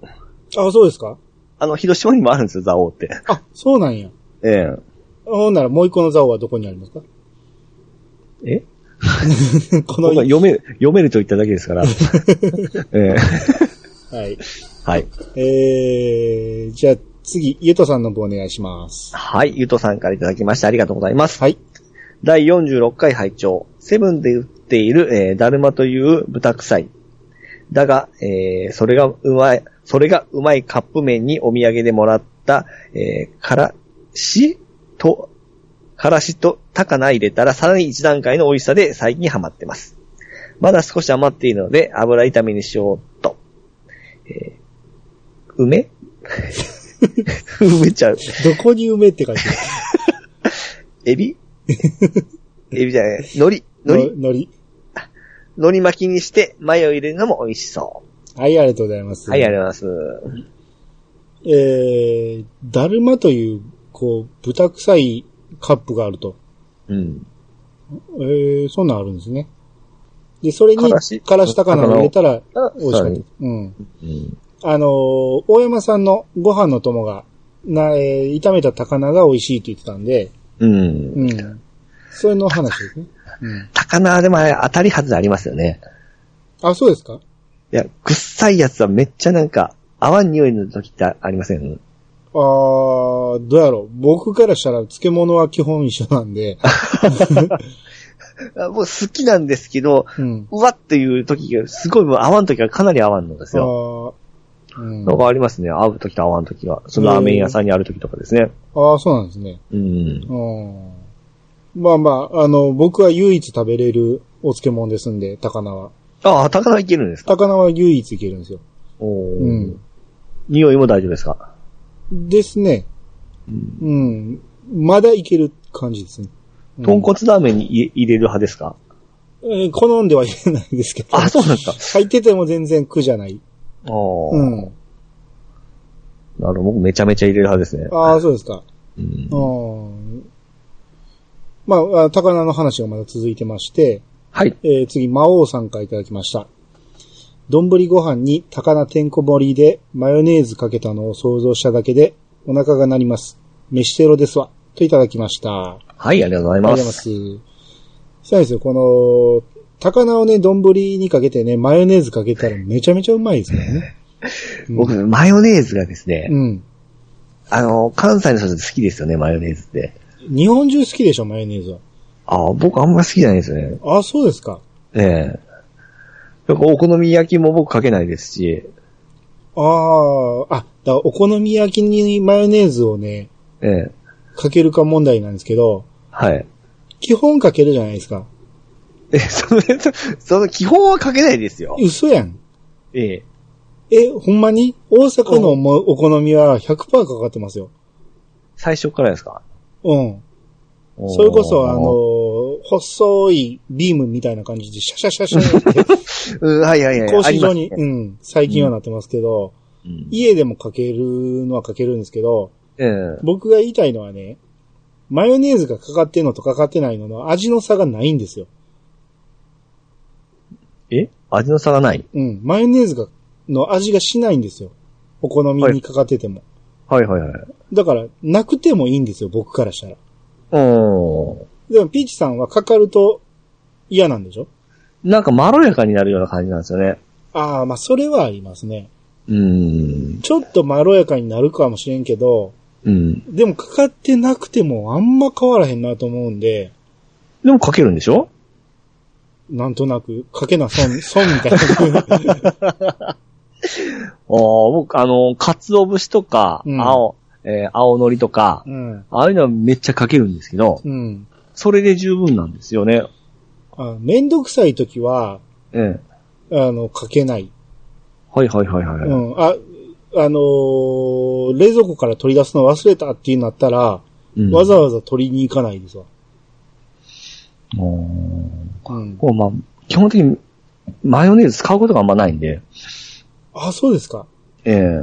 [SPEAKER 1] あ、そうですか
[SPEAKER 2] あの、広島にもあるんですよ、ザオって。
[SPEAKER 1] あ、そうなんや。
[SPEAKER 2] ええ。
[SPEAKER 1] ほんならもう一個のザオはどこにあります か
[SPEAKER 2] え
[SPEAKER 1] この
[SPEAKER 2] 僕は、読め、読めると言っただけで すから。ええ。
[SPEAKER 1] はい。
[SPEAKER 2] はい。
[SPEAKER 1] えー、じゃあ次、ゆとさんの方お願いします。
[SPEAKER 2] はい、ゆとさんからいただきましてありがとうございます。
[SPEAKER 1] はい。
[SPEAKER 2] 第46回拝聴セブンで売っている、えー、だるまという豚臭い。だが、えー、それがうまい、それがうまいカップ麺にお土産でもらった、えー、からしと、からしと高菜入れたらさらに一段階の美味しさで最近ハマってます。まだ少し余っているので油炒めにしようと。えー、梅 梅ちゃう。
[SPEAKER 1] どこに埋めって書いて
[SPEAKER 2] エビ エビじゃない。海苔。
[SPEAKER 1] あ
[SPEAKER 2] 海
[SPEAKER 1] る
[SPEAKER 2] 苔。
[SPEAKER 1] のり。
[SPEAKER 2] 海苔巻きにして、マヨ入れるのも美味しそ
[SPEAKER 1] はい、ありがとうございます。
[SPEAKER 2] う。はい、あり
[SPEAKER 1] が
[SPEAKER 2] がとうございます。
[SPEAKER 1] とうえー、だるまという、こう、豚臭いカップがあると。
[SPEAKER 2] うん。
[SPEAKER 1] えー、そんなんあるんですね。で、それに、
[SPEAKER 2] からし
[SPEAKER 1] からし高菜を入れたら、
[SPEAKER 2] あ
[SPEAKER 1] 美味しかった。うん。
[SPEAKER 2] うん。
[SPEAKER 1] あのー大山さんのご飯の友が、な、えー炒めた高菜が美味しいって言ってたんで、
[SPEAKER 2] うん。
[SPEAKER 1] うん。それの話ですね。うん。
[SPEAKER 2] 高菜でもあれ当たりはずありますよね。
[SPEAKER 1] あ、そうですか
[SPEAKER 2] いや、臭いやつはめっちゃなんか、合わん匂いの時ってありません
[SPEAKER 1] あー、どうやろう。僕からしたら漬物は基本一緒なんで。
[SPEAKER 2] あ僕好きなんですけど、
[SPEAKER 1] うん。
[SPEAKER 2] うわっていう時が、すごいもう合わん時はかなり合わんのです
[SPEAKER 1] あ
[SPEAKER 2] よ。
[SPEAKER 1] ー、うん、
[SPEAKER 2] のがありますね。合う時と合わん時は。そのラーメン屋さんにある時とかですね。
[SPEAKER 1] あー、そうなんですね。
[SPEAKER 2] うん。
[SPEAKER 1] うん。まあまあ、あの、僕は唯一食べれるお漬物ですんで、高菜は。
[SPEAKER 2] ああ、高菜いけるんですか
[SPEAKER 1] 高菜は唯一いけるんですよ。
[SPEAKER 2] おお、
[SPEAKER 1] うん
[SPEAKER 2] 匂いも大丈夫ですか
[SPEAKER 1] ですね。うん。まだいける感じですね。うん
[SPEAKER 2] 豚骨ラーメンに入入れる派ですか、
[SPEAKER 1] えー好んではいけないですけど。
[SPEAKER 2] あ、そうなんですか。
[SPEAKER 1] 入ってても全然苦じゃない。
[SPEAKER 2] ああ、
[SPEAKER 1] うん。
[SPEAKER 2] なるほど。僕めちゃめちゃ入れる派ですね。
[SPEAKER 1] ああ、そうですか。
[SPEAKER 2] うん
[SPEAKER 1] うん。まあ、あ高菜の話がまだ続いてまして、
[SPEAKER 2] はい。
[SPEAKER 1] えー次、魔王さんからいただきました。丼ご飯に高菜てんこ盛りでマヨネーズかけたのを想像しただけでお腹が鳴ります。飯テロですわ。といただきました。
[SPEAKER 2] はい、ありがとうござい
[SPEAKER 1] ありがとうご
[SPEAKER 2] ま。
[SPEAKER 1] ざいますす。そうですよ、この、高菜をね、丼にかけてね、マヨネーズかけたらめちゃめちゃうまいですからね。
[SPEAKER 2] 僕、マヨネーズがですね、
[SPEAKER 1] うん。
[SPEAKER 2] あの、関西の人って好きですよね、マヨネーズって。
[SPEAKER 1] 日本中好きでしょ、マヨネーズは。
[SPEAKER 2] ああ、僕あんま好きじゃないですよね。
[SPEAKER 1] ああ、そうですか。
[SPEAKER 2] ええ。なんかお好み焼きも僕かけないですし、
[SPEAKER 1] ああ、あ、だからお好み焼きにマヨネーズをね、
[SPEAKER 2] ええ。
[SPEAKER 1] かけるか問題なんですけど、
[SPEAKER 2] はい。
[SPEAKER 1] 基本かけるじゃないですか。
[SPEAKER 2] え、 その、その、基本はかけないですよ。
[SPEAKER 1] 嘘やん。
[SPEAKER 2] ええ。
[SPEAKER 1] え、ほんまに大阪のもお好みは100%かかってますよ。
[SPEAKER 2] 最初からですか
[SPEAKER 1] うん。それこそ、あの
[SPEAKER 2] おー、
[SPEAKER 1] 細いビームみたいな感じで、シャシャシャシャ って、
[SPEAKER 2] うん、はいはいはい。
[SPEAKER 1] 格子状に、
[SPEAKER 2] ありますね
[SPEAKER 1] うん、最近はなってますけど、
[SPEAKER 2] うん
[SPEAKER 1] 家でもかけるのはかけるんですけど、
[SPEAKER 2] ええ
[SPEAKER 1] 僕が言いたいのはね、マヨネーズがかかってんのとかかってないのの味の差がないんですよ。
[SPEAKER 2] え味の差がない
[SPEAKER 1] うん。マヨネーズが、の味がしないんですよ。お好みにかかってても。
[SPEAKER 2] はいはいはい。
[SPEAKER 1] だから、なくてもいいんですよ、僕からしたら。
[SPEAKER 2] おー
[SPEAKER 1] でも、ピーチさんはかかると嫌なんでしょ
[SPEAKER 2] なんかまろやかになるような感じなんですよね。
[SPEAKER 1] ああ、まあ、それはありますね。
[SPEAKER 2] うーん。
[SPEAKER 1] ちょっとまろやかになるかもしれんけど、
[SPEAKER 2] うん。
[SPEAKER 1] でもかかってなくてもあんま変わらへんなと思うんで、
[SPEAKER 2] でもかけるんでしょ
[SPEAKER 1] なんとなく、かけな損、損みたいな。
[SPEAKER 2] ああ、僕、あの、鰹節とか、
[SPEAKER 1] うん
[SPEAKER 2] 青、えー青のりとか、
[SPEAKER 1] うん。
[SPEAKER 2] ああいうのはめっちゃかけるんですけど、
[SPEAKER 1] うん。
[SPEAKER 2] それで十分なんですよね。
[SPEAKER 1] あめんどくさい時は、
[SPEAKER 2] ええ。
[SPEAKER 1] あの、かけない。
[SPEAKER 2] はいはいはいはい。
[SPEAKER 1] うん。あ、あのー冷蔵庫から取り出すの忘れたっていうなったら、
[SPEAKER 2] うん
[SPEAKER 1] わざわざ取りに行かないですわ。
[SPEAKER 2] おー
[SPEAKER 1] うん。
[SPEAKER 2] こうまあ、基本的にマヨネーズ使うことがあんまないんで、
[SPEAKER 1] あ、そうですか。
[SPEAKER 2] ええ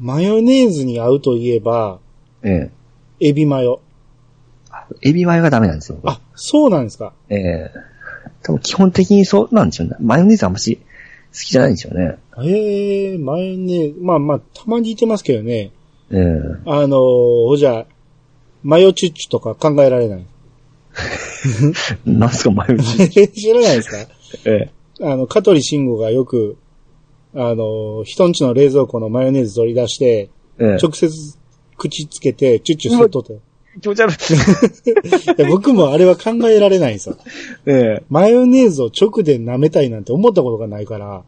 [SPEAKER 1] マヨネーズに合うといえば、
[SPEAKER 2] ええ
[SPEAKER 1] エビマヨ。
[SPEAKER 2] エビマヨがダメなんですよ。
[SPEAKER 1] あ、そうなんですか。
[SPEAKER 2] ええ多分基本的にそうなんでしょうね。マヨネーズあんまし好きじゃないんでしょうね。
[SPEAKER 1] ええマヨネーズ。まあまあ、たまにいてますけどね。
[SPEAKER 2] ええ
[SPEAKER 1] あのーじゃあ、マヨチュッチュとか考えられない。
[SPEAKER 2] なんすかマヨネーズ。
[SPEAKER 1] 知らないですか
[SPEAKER 2] ええ
[SPEAKER 1] あの、香取慎吾がよく、あのー人んちの冷蔵庫のマヨネーズ取り出して、
[SPEAKER 2] ええ
[SPEAKER 1] 直接口つけて、チュッチュ吸っと って。
[SPEAKER 2] 気持ち悪い。
[SPEAKER 1] いや僕もあれは考えられないんですよ。
[SPEAKER 2] ええ
[SPEAKER 1] マヨネーズを直で舐めたいなんて思ったことがないから、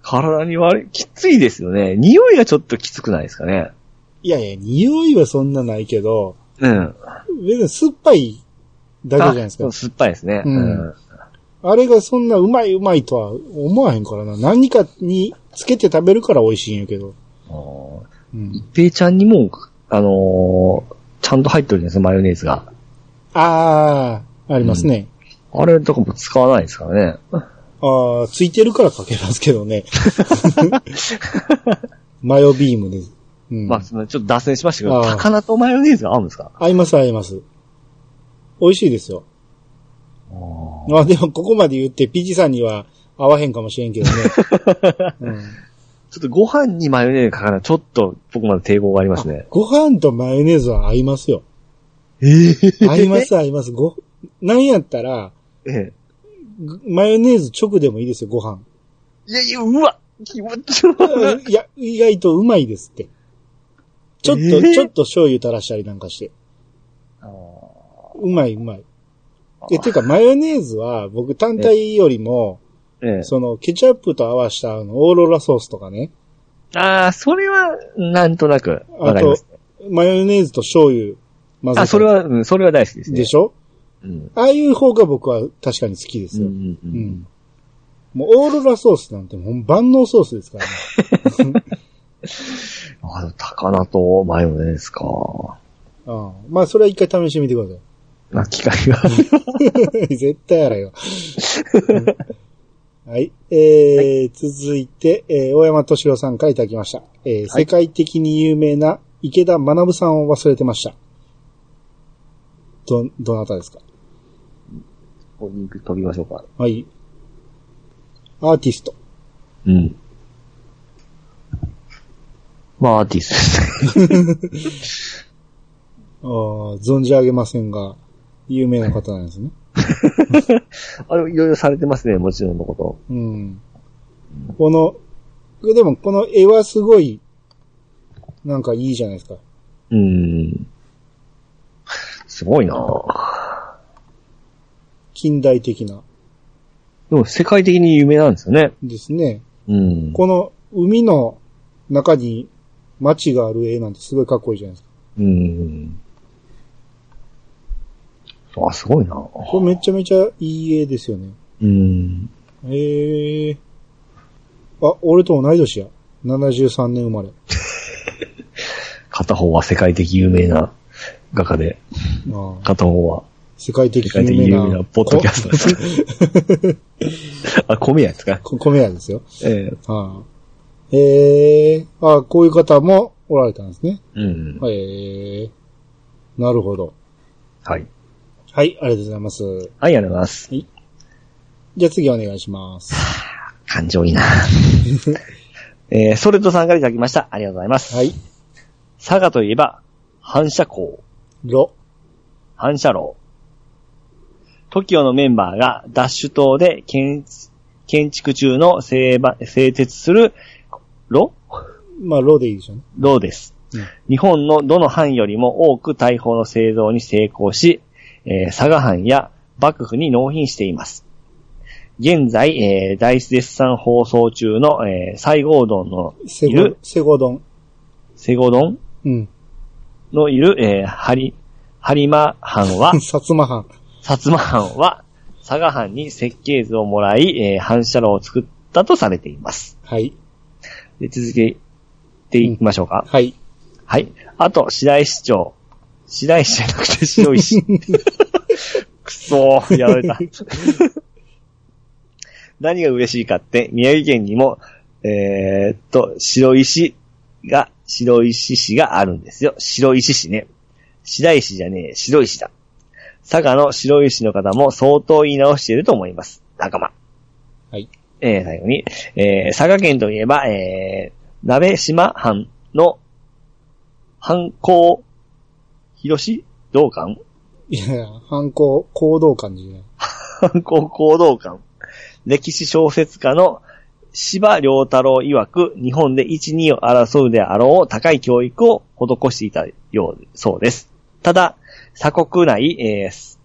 [SPEAKER 2] 体に悪い。きついですよね。匂いがちょっときつくないですかね。
[SPEAKER 1] いやいや、匂いはそんなないけど、
[SPEAKER 2] うん。
[SPEAKER 1] 別に酸っぱいだけじゃないですか
[SPEAKER 2] あ。酸っぱいですね。
[SPEAKER 1] うんあれがそんなうまいうまいとは思わへんからな。何かにつけて食べるから美味しいんやけど。
[SPEAKER 2] うん
[SPEAKER 1] うん。
[SPEAKER 2] ペイちゃんにも、あのーちゃんと入ってるんですよ、マヨネーズが。
[SPEAKER 1] ああ、ありますね。
[SPEAKER 2] あれとかも使わないですからね。
[SPEAKER 1] ああ、ついてるからかけますけど ね。 マヨビームです。うん。
[SPEAKER 2] まあ、そのちょっと脱線しましたけど、
[SPEAKER 1] ああ
[SPEAKER 2] 高菜とマヨネーズが合うんですか
[SPEAKER 1] 合います合います。美味しいですよ。まあでもここまで言って、ピジさんには合わへんかもしれんけど ね。うん
[SPEAKER 2] ちょっとご飯にマヨネーズかかない、ちょっと僕まで抵抗がありますね。
[SPEAKER 1] ご飯とマヨネーズは合いますよ。
[SPEAKER 2] ええ
[SPEAKER 1] 合います合います。ご、なんやったら、
[SPEAKER 2] ええ
[SPEAKER 1] マヨネーズ直でもいいですよ、ご飯。
[SPEAKER 2] いやいや、うわ気持ち悪い。
[SPEAKER 1] いや、意外とうまいですって。ちょっと、
[SPEAKER 2] えー
[SPEAKER 1] ちょっと醤油垂らしたりなんかして。
[SPEAKER 2] あ
[SPEAKER 1] うまいうまい。え、
[SPEAKER 2] ー
[SPEAKER 1] てか、マヨネーズは、僕単体よりも、
[SPEAKER 2] ええ
[SPEAKER 1] その、ケチャップと合わした、あの、オーロラソースとかね、
[SPEAKER 2] ああ、それは、なんとなく、わかりますね。
[SPEAKER 1] マヨネーズと醤油混ぜ
[SPEAKER 2] あ、それは、うん、それは大好きですね。
[SPEAKER 1] でしょ
[SPEAKER 2] うん。
[SPEAKER 1] ああいう方が僕は確かに好きで
[SPEAKER 2] う
[SPEAKER 1] す
[SPEAKER 2] んう
[SPEAKER 1] よ。
[SPEAKER 2] んう。
[SPEAKER 1] うんん。もう、オーロラソースなんて、ほん万能ソースですからね。
[SPEAKER 2] あでも高菜とマヨネーズか。
[SPEAKER 1] ああまあ、それは一回試してみてください。
[SPEAKER 2] な、機会が。
[SPEAKER 1] 絶対やらよ。はい。えー続いて、えー大山敏夫さんからいただきました。えー
[SPEAKER 2] はい
[SPEAKER 1] 世界的に有名な池田学さんを忘れてました。ど、どなたですか
[SPEAKER 2] ここに飛びましょうか。
[SPEAKER 1] はい。アーティスト。
[SPEAKER 2] うん。まあ、アーティストですね。
[SPEAKER 1] あー存じ上げませんが、有名な方なんですね。
[SPEAKER 2] あれ、いろいろされてますね、もちろんのこと。
[SPEAKER 1] うん。この、でもこの絵はすごい、なんかいいじゃないですか。
[SPEAKER 2] うん。すごいなぁ
[SPEAKER 1] 近代的な。
[SPEAKER 2] でも、世界的に有名なんですよね。
[SPEAKER 1] ですね。
[SPEAKER 2] うん。
[SPEAKER 1] この海の中に街がある絵なんてすごいかっこいいじゃないですか。
[SPEAKER 2] うん。あ、すごいなぁ
[SPEAKER 1] これめちゃめちゃいい絵ですよね。
[SPEAKER 2] うん。
[SPEAKER 1] へえ。あ、俺と同い年や。73年生まれ。
[SPEAKER 2] 片方は世界的有名な画家で、
[SPEAKER 1] ああ
[SPEAKER 2] 片方は
[SPEAKER 1] 世界的
[SPEAKER 2] 世界的
[SPEAKER 1] 有
[SPEAKER 2] 有
[SPEAKER 1] 名
[SPEAKER 2] 名
[SPEAKER 1] な
[SPEAKER 2] なポッドキャストです。 あ、米屋ですか
[SPEAKER 1] こ米屋ですよ。
[SPEAKER 2] ええ
[SPEAKER 1] ああへえ。あ、こういう方もおられたんですね。
[SPEAKER 2] うん。
[SPEAKER 1] へえ。なるほど。
[SPEAKER 2] はい。
[SPEAKER 1] はい、ありがとうございます。
[SPEAKER 2] はい、ありがとうございます。
[SPEAKER 1] じゃあ次お願いします。
[SPEAKER 2] 感情いいなえー、ソレットさんからいただきました。ありがとうございます。
[SPEAKER 1] はい。
[SPEAKER 2] 佐賀といえば、反射光、
[SPEAKER 1] ロ。
[SPEAKER 2] 反射炉。TOKIO のメンバーがダッシュ島で建建築中の製ば製鉄する炉
[SPEAKER 1] まあ、ロでいいでしょうね。
[SPEAKER 2] どうです、
[SPEAKER 1] うん
[SPEAKER 2] 日本のどの藩よりも多く大砲の製造に成功し、えー佐賀藩や幕府に納品しています。現在、えー大絶賛放送中の、えー、西郷丼の
[SPEAKER 1] セ
[SPEAKER 2] い
[SPEAKER 1] ゴ
[SPEAKER 2] る、、
[SPEAKER 1] セゴ丼。
[SPEAKER 2] 西郷丼
[SPEAKER 1] うん。、
[SPEAKER 2] のいる、えー、ハリ、ハリマ藩は
[SPEAKER 1] 薩摩藩。
[SPEAKER 2] 薩摩藩は、佐賀藩に設計図をもらい、えー反射炉を作ったとされています。
[SPEAKER 1] はい。
[SPEAKER 2] で続けていきましょうか。
[SPEAKER 1] はい。
[SPEAKER 2] はい。あと、白石町。白石じゃなくて白石。くそー、やられた。何が嬉しいかって、宮城県にも、えーっと、白石が、白石市があるんですよ。白石市ね。白石じゃねえ、白石だ。佐賀の白石の方も相当言い直していると思います。仲間。
[SPEAKER 1] はい。
[SPEAKER 2] えー、最後に、えー、佐賀県といえば、えー、鍋島藩の犯行、広し道館
[SPEAKER 1] いや、犯行、行動感じゃない。
[SPEAKER 2] 犯行行動館。歴史小説家の芝良太郎曰く、日本で1、2を争うであろう高い教育を施していたよう、そうです。ただ、鎖国内、えー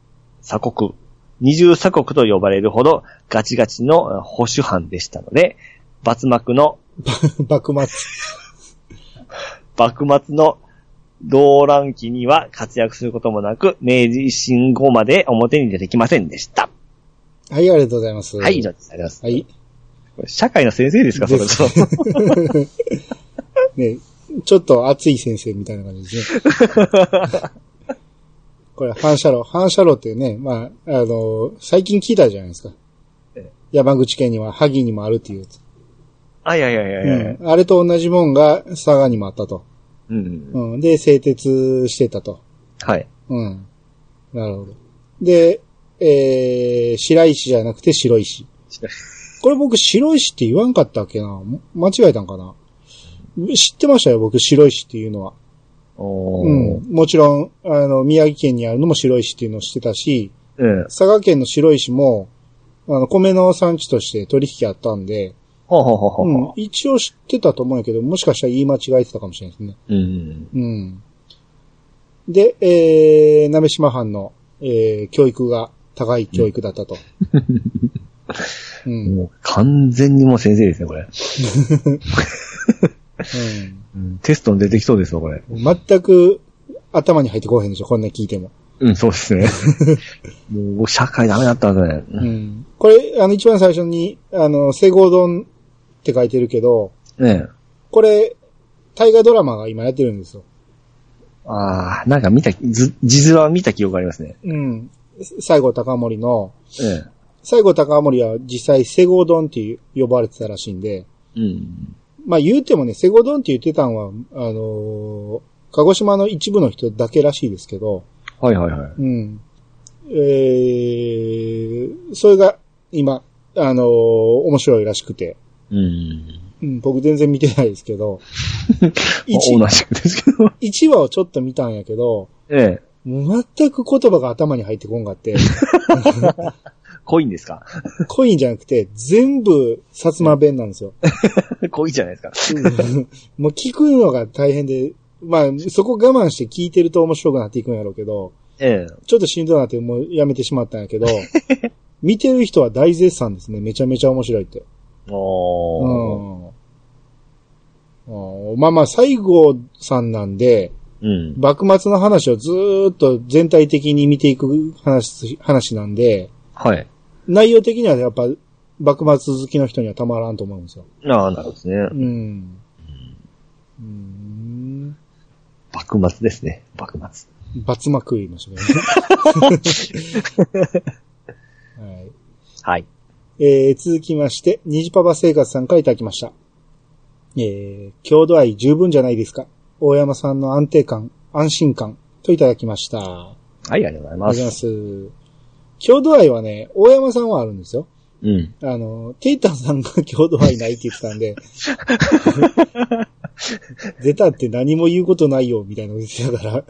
[SPEAKER 2] 鎖国、二重鎖国と呼ばれるほどガチガチの保守藩でしたので、抜幕の
[SPEAKER 1] 幕末。
[SPEAKER 2] 幕末の動乱期には活躍することもなく、明治維新後まで表に出てきませんでした。
[SPEAKER 1] はい、ありがとうございます。
[SPEAKER 2] はい、以上です。ありがとうござ
[SPEAKER 1] はいい。
[SPEAKER 2] ます。社会の先生ですか、そ
[SPEAKER 1] で
[SPEAKER 2] れ
[SPEAKER 1] す
[SPEAKER 2] と。
[SPEAKER 1] ね、ちょっと熱い先生みたいな感じですね。これ、反射炉。反射炉ってね、まあ、あの、最近聞いたじゃないですか
[SPEAKER 2] ええ。
[SPEAKER 1] 山口県には萩にもあるっていうやつ、
[SPEAKER 2] あ、いやいやいやいやいや。
[SPEAKER 1] うんあれと同じもんが佐賀にもあったと。
[SPEAKER 2] うん。
[SPEAKER 1] うん、で、製鉄してたと。
[SPEAKER 2] はい。
[SPEAKER 1] うん。なるほど。で、えー、白石じゃなくて白石。
[SPEAKER 2] 白
[SPEAKER 1] これ僕白石って言わんかったっけなも間違えたんかな知ってましたよ、僕白石っていうのは。
[SPEAKER 2] お
[SPEAKER 1] う
[SPEAKER 2] ー
[SPEAKER 1] ん。。もちろん、あの、宮城県にあるのも白石っていうのを知ってたし、
[SPEAKER 2] うん。
[SPEAKER 1] 佐賀県の白石も、あの、米の産地として取引あったんで、
[SPEAKER 2] ほうほうほうほう
[SPEAKER 1] うん
[SPEAKER 2] ほ。
[SPEAKER 1] 一応知ってたと思うんやけど、もしかしたら言い間違えてたかもしれないですね。
[SPEAKER 2] う。うん。
[SPEAKER 1] うん。で、えー、鍋島藩の、えー、教育が高い教育だったと。うん。うん。
[SPEAKER 2] もう完全にもう先生ですね、これ。うんテストに出てきそうですよ、これ。
[SPEAKER 1] 全く頭に入ってこうへんでしょ、こんなん聞いても。
[SPEAKER 2] うん、そうです ね。もう、社会ダメだったんだね。
[SPEAKER 1] うん。これ、あの、一番最初に、あの、西郷丼って書いてるけど、
[SPEAKER 2] ねえ。
[SPEAKER 1] これ、大河ドラマが今やってるんですよ。
[SPEAKER 2] ああ、なんか見た、ず、地図は見た記憶がありますね。
[SPEAKER 1] うん。西郷隆盛の、
[SPEAKER 2] え
[SPEAKER 1] 西郷隆盛は実際西郷丼っていう呼ばれてたらしいんで、
[SPEAKER 2] え。うん。
[SPEAKER 1] まあ言うてもね、セゴドンって言ってたんは、あのー鹿児島の一部の人だけらしいですけど、
[SPEAKER 2] はいはいはい。
[SPEAKER 1] うん。えー、それが今、あのー面白いらしくて、
[SPEAKER 2] うん。
[SPEAKER 1] うん、僕全然見てないですけど、
[SPEAKER 2] お同じくですけど。
[SPEAKER 1] 1話をちょっと見たんやけど、
[SPEAKER 2] ええ。
[SPEAKER 1] もう全く言葉が頭に入ってこんがって、
[SPEAKER 2] 濃いんですか
[SPEAKER 1] コインじゃなくて、全部薩摩弁なんですよ。
[SPEAKER 2] 濃いじゃないですか。
[SPEAKER 1] うんもう聞くのが大変で、まあそこ我慢して聞いてると面白くなっていくんやろうけど、
[SPEAKER 2] ええ。
[SPEAKER 1] ちょっとしんどいなってもうやめてしまったんやけど、 見てる人は大絶賛ですね。めちゃめちゃ面白いって。う
[SPEAKER 2] おー。
[SPEAKER 1] ん。うんまあまあ、西郷さんなんで、
[SPEAKER 2] うん。
[SPEAKER 1] 幕末の話をずーっと全体的に見ていく話、話なんで、
[SPEAKER 2] はい。
[SPEAKER 1] 内容的にはやっぱ、幕末好きの人にはたまらんと思うんですよ。
[SPEAKER 2] ああ、なるほどですね。
[SPEAKER 1] うん。うん。
[SPEAKER 2] 幕末ですね。幕末。
[SPEAKER 1] 罰幕言いま したけどね。 はい。
[SPEAKER 2] はい。
[SPEAKER 1] えー続きまして、ニジパパ生活さんからいただきました。えー、郷土愛十分じゃないですか。大山さんの安定感、安心感といただきました。あ
[SPEAKER 2] はい、ありがとうご
[SPEAKER 1] りがと
[SPEAKER 2] ざい
[SPEAKER 1] う
[SPEAKER 2] ま。
[SPEAKER 1] ございますす。郷土愛はね、大山さんはあるんですよ。
[SPEAKER 2] うん。
[SPEAKER 1] あの、テイタンさんが 郷土愛ないって言ってたんで、出たって何も言うことないよ、みたいなこと言ってたから、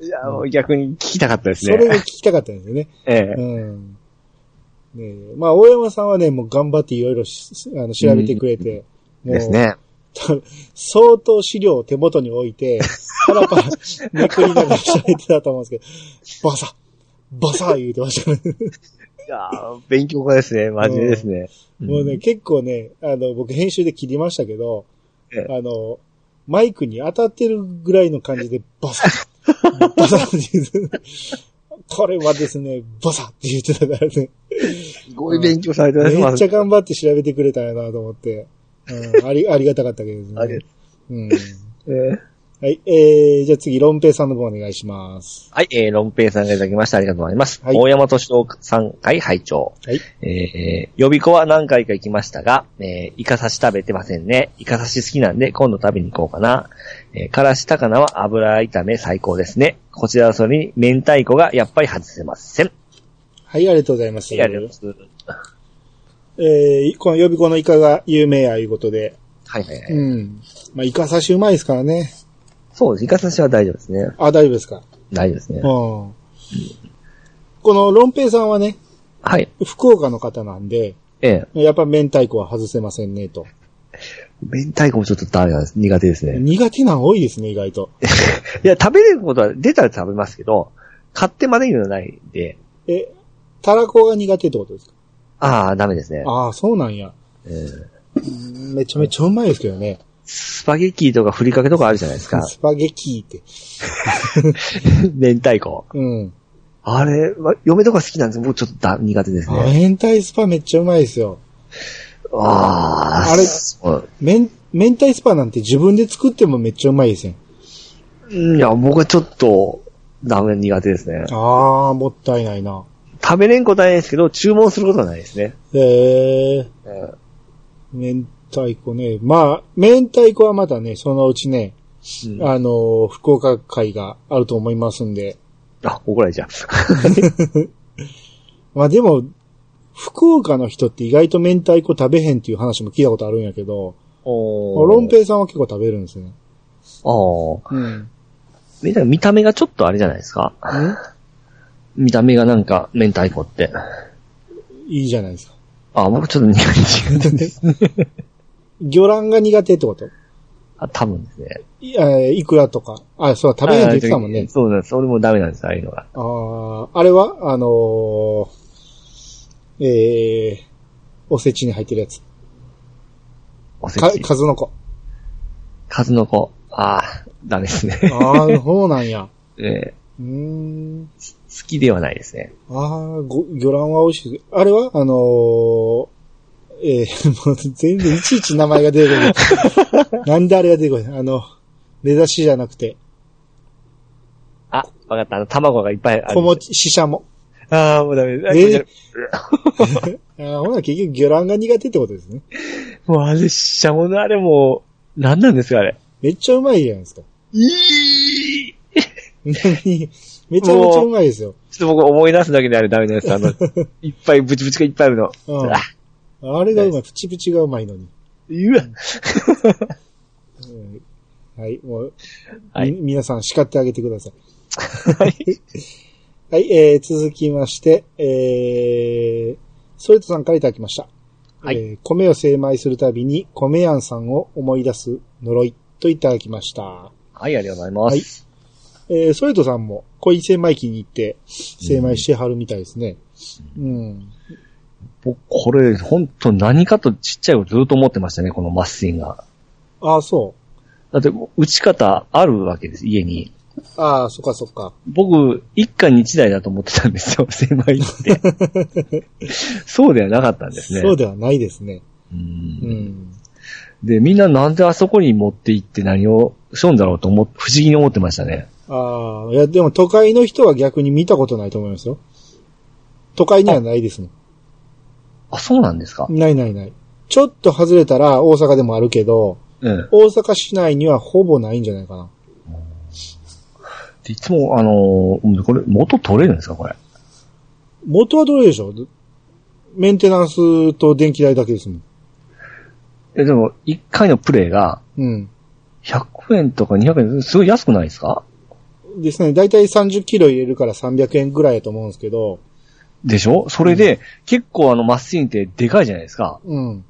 [SPEAKER 2] いや、もう逆に聞きたかったです
[SPEAKER 1] それが
[SPEAKER 2] ね。
[SPEAKER 1] 聞きたかったんですよね。
[SPEAKER 2] ええ。
[SPEAKER 1] うん。ねえまあ、大山さんはね、もう頑張っていろいろしあの調べてくれて、もう
[SPEAKER 2] ですね。
[SPEAKER 1] 相当資料を手元に置いて、パラ パラめくりながら喋ってたと思うんですけど、バサッバサー言うてましたね。
[SPEAKER 2] いやー勉強家ですね。真面目ですね。
[SPEAKER 1] もうね、結構ね、あの、僕編集で切りましたけど
[SPEAKER 2] え、
[SPEAKER 1] あの、マイクに当たってるぐらいの感じで、バサッバサッって言うてこれはですね、バサッって言ってたからね。
[SPEAKER 2] すごい勉強されてます。
[SPEAKER 1] めっちゃ
[SPEAKER 2] あ
[SPEAKER 1] 頑張って調べてくれたんやなと思って。うん、あり、 ありがたかったけどね。
[SPEAKER 2] りがと
[SPEAKER 1] うん。
[SPEAKER 2] うえー
[SPEAKER 1] はい、えー、じゃあ次、ロンペイさんの方お願いします。
[SPEAKER 2] はい、えー、ロンペイさんがいただきました。ありがとうございます。
[SPEAKER 1] はい
[SPEAKER 2] 大山敏夫さん会拝聴。
[SPEAKER 1] はい。
[SPEAKER 2] えー、予備校は何回か行きましたが、えー、イカ刺し食べてませんね。イカ刺し好きなんで今度食べに行こうかな。えー、からし高菜は油炒め最高ですね。こちらはそれに明太子がやっぱり外せません。
[SPEAKER 1] はい、ありがとうございます。
[SPEAKER 2] ありがとうございます。
[SPEAKER 1] えー、この予備校のイカが有名やいうことで。
[SPEAKER 2] はいはいはい。
[SPEAKER 1] うん。まあ、イカ刺しうまいですからね。
[SPEAKER 2] そうです。イカ刺しは大丈夫ですね。
[SPEAKER 1] あ、大丈夫ですか。
[SPEAKER 2] 大丈夫です
[SPEAKER 1] うん。
[SPEAKER 2] ね。
[SPEAKER 1] このロンペイさんはね、
[SPEAKER 2] はい。
[SPEAKER 1] 福岡の方なんで、
[SPEAKER 2] ええ
[SPEAKER 1] やっぱ明太子は外せませんね、と。
[SPEAKER 2] 明太子もちょっとダメなんです。苦手ですね。
[SPEAKER 1] 苦手なん多いですね、意外と。
[SPEAKER 2] いや、食べれることは出たら食べますけど、買ってまで言うのはないんで、
[SPEAKER 1] え、たらこが苦手ってことですか
[SPEAKER 2] ああ、ダメですね。
[SPEAKER 1] ああ、そうなんや。
[SPEAKER 2] えー
[SPEAKER 1] めちゃめちゃうまいですけどね。
[SPEAKER 2] スパゲッティとかふりかけとかあるじゃない ですか。
[SPEAKER 1] スパゲキーって。
[SPEAKER 2] 明太子。
[SPEAKER 1] うん。
[SPEAKER 2] あれ、ま嫁とか好きなんですけど、僕ちょっとだ苦手です
[SPEAKER 1] あ
[SPEAKER 2] ね。
[SPEAKER 1] 明太スパめっちゃうまいですよ。
[SPEAKER 2] ああ、
[SPEAKER 1] あれ
[SPEAKER 2] そう
[SPEAKER 1] 明、明太スパなんて自分で作ってもめっちゃうまいですよ。
[SPEAKER 2] うんいや、僕はちょっと、ダメ苦手ですね。
[SPEAKER 1] ああ、もったいないな。
[SPEAKER 2] 食べれんことはないですけど、注文することはないですね。
[SPEAKER 1] ええ
[SPEAKER 2] うん
[SPEAKER 1] 明太子ね。まあ、明太子はまだね、そのうちね、
[SPEAKER 2] あ
[SPEAKER 1] あのー福岡会があると思いますんで。
[SPEAKER 2] あ、怒られちゃう。
[SPEAKER 1] まあでも、福岡の人って意外と明太子食べへんっていう話も聞いたことあるんやけど、
[SPEAKER 2] お
[SPEAKER 1] ロンペイさんは結構食べるんですね。
[SPEAKER 2] あー
[SPEAKER 1] うん。
[SPEAKER 2] 見た見た目がちょっとあれじゃないですか。見た目がなんか、明太子って。
[SPEAKER 1] いいじゃないですか。
[SPEAKER 2] あ、僕ちょっと苦手です。
[SPEAKER 1] 魚卵が苦手ってこと
[SPEAKER 2] あ、多分ですね。
[SPEAKER 1] いえーいくらとか。あ、そうだ、食べないって言ってたもんね
[SPEAKER 2] あ。そうなんです。俺もダメなんです、ああいうのが。
[SPEAKER 1] あーあれはあのー、えー、おせちに入ってるやつ。
[SPEAKER 2] おせ
[SPEAKER 1] か、
[SPEAKER 2] ち。
[SPEAKER 1] 数の子。
[SPEAKER 2] 数の子。ああ、ダメですね。
[SPEAKER 1] ああ、そうなんや。
[SPEAKER 2] え
[SPEAKER 1] うーん。
[SPEAKER 2] ー好きではないですね。
[SPEAKER 1] ああ、ご魚卵は美味しい。あれはあのー、えー、もう全然いちいち名前が出て こない。なんであれが出てこないあの、レザシじゃなくて、
[SPEAKER 2] あ、わかった。あの、卵がいっぱいある。
[SPEAKER 1] 小もち、シシャモ。
[SPEAKER 2] ああ、もうダメです。あ
[SPEAKER 1] えー
[SPEAKER 2] こちら
[SPEAKER 1] あーほな、結局魚卵が苦手ってことですね。
[SPEAKER 2] もうあれ、シャモのあれもう、何なんですか、あれ。
[SPEAKER 1] めっちゃうまいじゃないですか。
[SPEAKER 2] いい
[SPEAKER 1] めちゃめちゃうまいですよ。
[SPEAKER 2] ちょっと僕思い出すだけであれダメなやつ。あ の、いっぱい、ブチブチがいっぱいあるの。
[SPEAKER 1] うん
[SPEAKER 2] あ
[SPEAKER 1] あれがうまい。プチプチがうまいのに。
[SPEAKER 2] うわ。
[SPEAKER 1] うんはい、もう、
[SPEAKER 2] はい
[SPEAKER 1] み皆さん叱ってあげてください。
[SPEAKER 2] はい。
[SPEAKER 1] はい、えー、続きまして、えー、ソレトさんからいただきました。
[SPEAKER 2] はい
[SPEAKER 1] えー米を精米するたびに、米やんさんを思い出す呪いといただきました。
[SPEAKER 2] はい、ありがとうございます。
[SPEAKER 1] えー、ソレトさんも、恋精米機に行って、精米してはるみたいですね。うん。
[SPEAKER 2] 僕、これ、ほんと何かとちっちゃい頃ずっと思ってましたね、このマッシンが。
[SPEAKER 1] ああ、そ
[SPEAKER 2] だって、打ち方あるわけです、家に。
[SPEAKER 1] う。ああ、そっかそっか。
[SPEAKER 2] 僕、一家に一台だと思ってたんですよ、 狭いって。 そうではなかったんですね。
[SPEAKER 1] そうではないですね。
[SPEAKER 2] う
[SPEAKER 1] うんん。
[SPEAKER 2] で、みんななんであそこに持って行って何をしょんだろうと思っ不思議に思ってましたね。
[SPEAKER 1] ああ、いや、でも都会の人は逆に見たことないと思いますよ。都会にはないですも
[SPEAKER 2] あ、そうなんですか
[SPEAKER 1] ん。ないないない。ちょっと外れたら大阪でもあるけど、
[SPEAKER 2] うん。
[SPEAKER 1] 大阪市内にはほぼないんじゃないかな。
[SPEAKER 2] でいつも、あのーこれ、元取れるんですかこれ。
[SPEAKER 1] 元はどれでしょうメンテナンスと電気代だけですもん。
[SPEAKER 2] え、でも、一回のプレイが、
[SPEAKER 1] うん。
[SPEAKER 2] 100円とか200円、すごい安くないですか
[SPEAKER 1] ですね。だいたい30キロ入れるから300円ぐらいだと思うんですけど、
[SPEAKER 2] でしょそれで、結構あの、マッシンってでかいじゃないですか。
[SPEAKER 1] うん。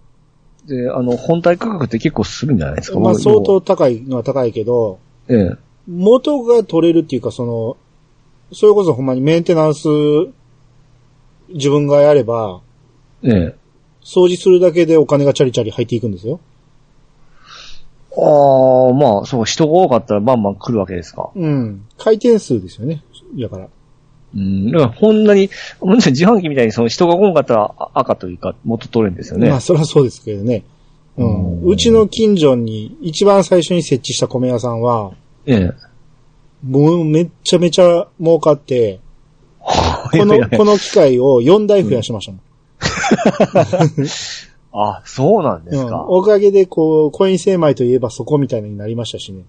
[SPEAKER 2] で、あの、本体価格って結構するんじゃないですか
[SPEAKER 1] まあ
[SPEAKER 2] 僕
[SPEAKER 1] 相当高いのは高いけど、
[SPEAKER 2] ええ。
[SPEAKER 1] 元が取れるっていうか、その、それこそほんまにメンテナンス、自分がやれば、
[SPEAKER 2] ええ。
[SPEAKER 1] 掃除するだけでお金がチャリチャリ入っていくんですよ。
[SPEAKER 2] ああ、まあ、そう、人が多かったらバンバン来るわけですか。
[SPEAKER 1] うん。回転数ですよね。だから。
[SPEAKER 2] うん。だから、こんなに、ほんとに自販機みたいにその人が多かったらあ赤というか、元取れるんですよね。
[SPEAKER 1] まあ、そりゃそうですけどね。う。
[SPEAKER 2] うんん
[SPEAKER 1] うちの近所に、一番最初に設置した米屋さんは、
[SPEAKER 2] ええ。
[SPEAKER 1] もうめっちゃめちゃ儲かって、こ
[SPEAKER 2] いやい
[SPEAKER 1] の、
[SPEAKER 2] やいや
[SPEAKER 1] この機械を4台増やしましたもん。
[SPEAKER 2] あ、そうなんで
[SPEAKER 1] う
[SPEAKER 2] す
[SPEAKER 1] ん
[SPEAKER 2] か。
[SPEAKER 1] おかげで、こう、コイン精米といえばそこみたいなになりましたしね。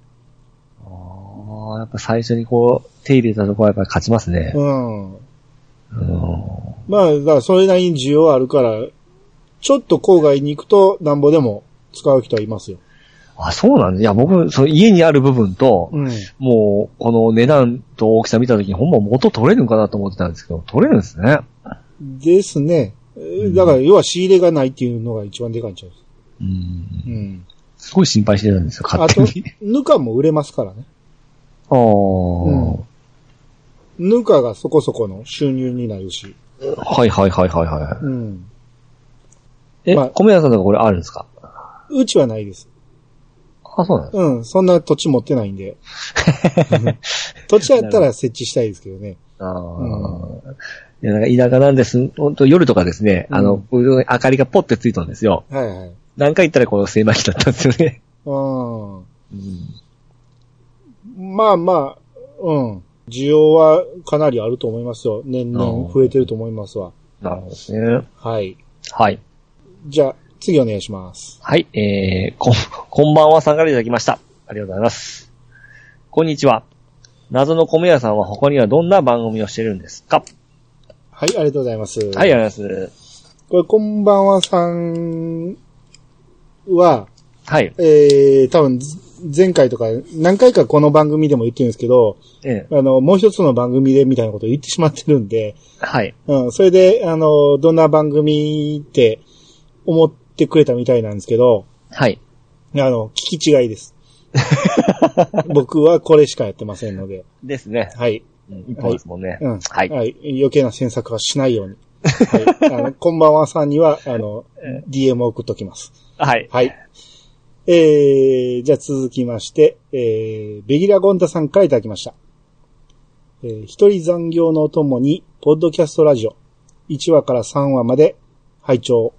[SPEAKER 2] ああ、やっぱ最初にこう、手入れたとこはやっぱり勝ちますね。
[SPEAKER 1] うん。
[SPEAKER 2] うん
[SPEAKER 1] まあ、だからそれなりに需要はあるから、ちょっと郊外に行くと、なんぼでも使う人はいますよ。
[SPEAKER 2] あ、そうなんです。いや、僕、その家にある部分と、
[SPEAKER 1] うん。
[SPEAKER 2] もう、この値段と大きさ見たときに、ほんま元取れるのかなと思ってたんですけど、取れるんですね。
[SPEAKER 1] ですね。えーだから、要は仕入れがないっていうのが一番でかいんちゃう。
[SPEAKER 2] うん。
[SPEAKER 1] うん。
[SPEAKER 2] すごい心配してたんですよ、
[SPEAKER 1] あ
[SPEAKER 2] 勝手
[SPEAKER 1] と
[SPEAKER 2] に。、
[SPEAKER 1] ぬかも売れますからね。
[SPEAKER 2] ああ、
[SPEAKER 1] んぬかがそこそこの収入になるし。
[SPEAKER 2] はいはいはいはいは
[SPEAKER 1] うん。
[SPEAKER 2] い。え、
[SPEAKER 1] まあ
[SPEAKER 2] 米屋さんとかこれあるんですか
[SPEAKER 1] うちはないです。
[SPEAKER 2] あ、そうなんです
[SPEAKER 1] うん。そんな土地持ってないん で。土地あったら設置したいですけどね。
[SPEAKER 2] ああー。いや、なんか田舎なんです。本当夜とかですね、あ
[SPEAKER 1] うん
[SPEAKER 2] の、こういう明かりがポッてついたんですよ。
[SPEAKER 1] はいはい。
[SPEAKER 2] 何回行ったらこの精米機だったんですよね。
[SPEAKER 1] う
[SPEAKER 2] うん
[SPEAKER 1] ん。まあまあ、うん。需要はかなりあると思いますよ。年々増えてると思いますわ。
[SPEAKER 2] なるほどですね。
[SPEAKER 1] はい。
[SPEAKER 2] はい。
[SPEAKER 1] じゃあ、次お願いします。
[SPEAKER 2] はい、えー、こん、こんばんはさんからいただきました。ありがとうございます。こんにちは。謎の米屋さんは他にはどんな番組をしてるんですか、
[SPEAKER 1] はい、ありがとうございます。
[SPEAKER 2] はい、ありがとうございます。
[SPEAKER 1] これ、こんばんはさんは、
[SPEAKER 2] はい。
[SPEAKER 1] えー、多分、前回とか、何回かこの番組でも言ってるんですけど、
[SPEAKER 2] え
[SPEAKER 1] あの、もう一つの番組でみたいなことを言ってしまってるんで、
[SPEAKER 2] ー、はい。
[SPEAKER 1] うん、それで、あの、どんな番組って思ってくれたみたいなんですけど、
[SPEAKER 2] はい。
[SPEAKER 1] あの、聞き違い です。僕はこれしかやってませんので。
[SPEAKER 2] ですね。
[SPEAKER 1] はい。
[SPEAKER 2] うん一本ですもんね。
[SPEAKER 1] うん。
[SPEAKER 2] はい。
[SPEAKER 1] 余計な詮索はしないように。はい。あの、こんばんはさんには、あの、DM を送っときます。
[SPEAKER 2] はい。
[SPEAKER 1] はい。えー、じゃあ続きまして、えー、ベギラゴンタさんからいただきました。えー、一人残業のお供に、ポッドキャストラジオ、1話から3話まで、拝聴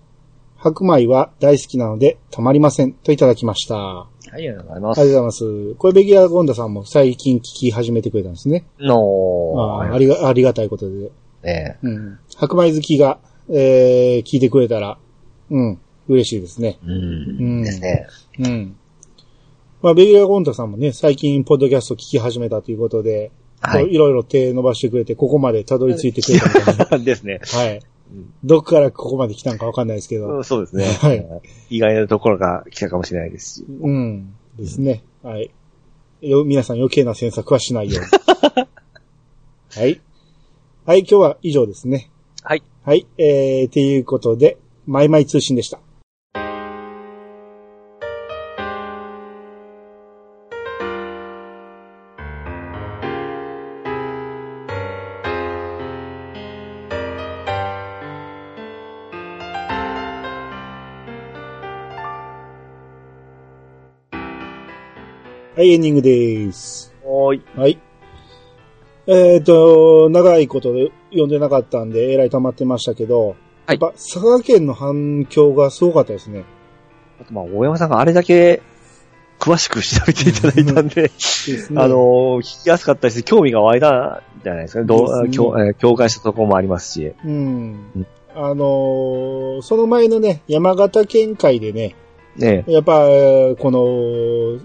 [SPEAKER 1] 白米は大好きなので、たまりません、といただきました。あ
[SPEAKER 2] ありがとうござい
[SPEAKER 1] りが
[SPEAKER 2] ま
[SPEAKER 1] と
[SPEAKER 2] す。
[SPEAKER 1] うございます。これベギラゴンダさんも最近聞き始めてくれたんですね。
[SPEAKER 2] の
[SPEAKER 1] あ
[SPEAKER 2] ー
[SPEAKER 1] ーありが、ありがたいことで。
[SPEAKER 2] ね
[SPEAKER 1] うん。白米好きが、えー、聞いてくれたら、うん、嬉しいですね。
[SPEAKER 2] う
[SPEAKER 1] うん
[SPEAKER 2] ん。ですね。
[SPEAKER 1] うん。まあ、ベリラ・ゴンタさんもね、最近、ポッドキャスト聞き始めたということで、、
[SPEAKER 2] はいい。
[SPEAKER 1] ろいろ手伸ばしてくれて、ここまでたどり着いてくれたみたい な。
[SPEAKER 2] ですね。
[SPEAKER 1] はい
[SPEAKER 2] うん。
[SPEAKER 1] どっからここまで来たんかわかんないですけ
[SPEAKER 2] う
[SPEAKER 1] ど
[SPEAKER 2] ん、そうですね。
[SPEAKER 1] は
[SPEAKER 2] 意外なところが来たかもしれないですし。
[SPEAKER 1] うん。ですね。はい。よ、皆さん余計な詮索はしないように。 はい。はい、今日は以上ですね。
[SPEAKER 2] はい。
[SPEAKER 1] はい、えー、ていうことで、マイマイ通信でした。はい、エンディングです。
[SPEAKER 2] おーい。
[SPEAKER 1] はい。えっ、と、長いことで読んでなかったんで、えらい溜まってましたけど、
[SPEAKER 2] はい
[SPEAKER 1] やっぱ佐賀県の反響がすごかったですね。
[SPEAKER 2] あとまあ、大山さんがあれだけ詳しく調べていただいたんで、あのー、聞きやすかったし、興味が湧いたんじゃないですかね。ど
[SPEAKER 1] で
[SPEAKER 2] う、
[SPEAKER 1] すね
[SPEAKER 2] 共えー共感したところもありますし。
[SPEAKER 1] うん
[SPEAKER 2] うん。
[SPEAKER 1] あのーその前のね、山形県会でね、
[SPEAKER 2] ね
[SPEAKER 1] やっぱ、えーこの、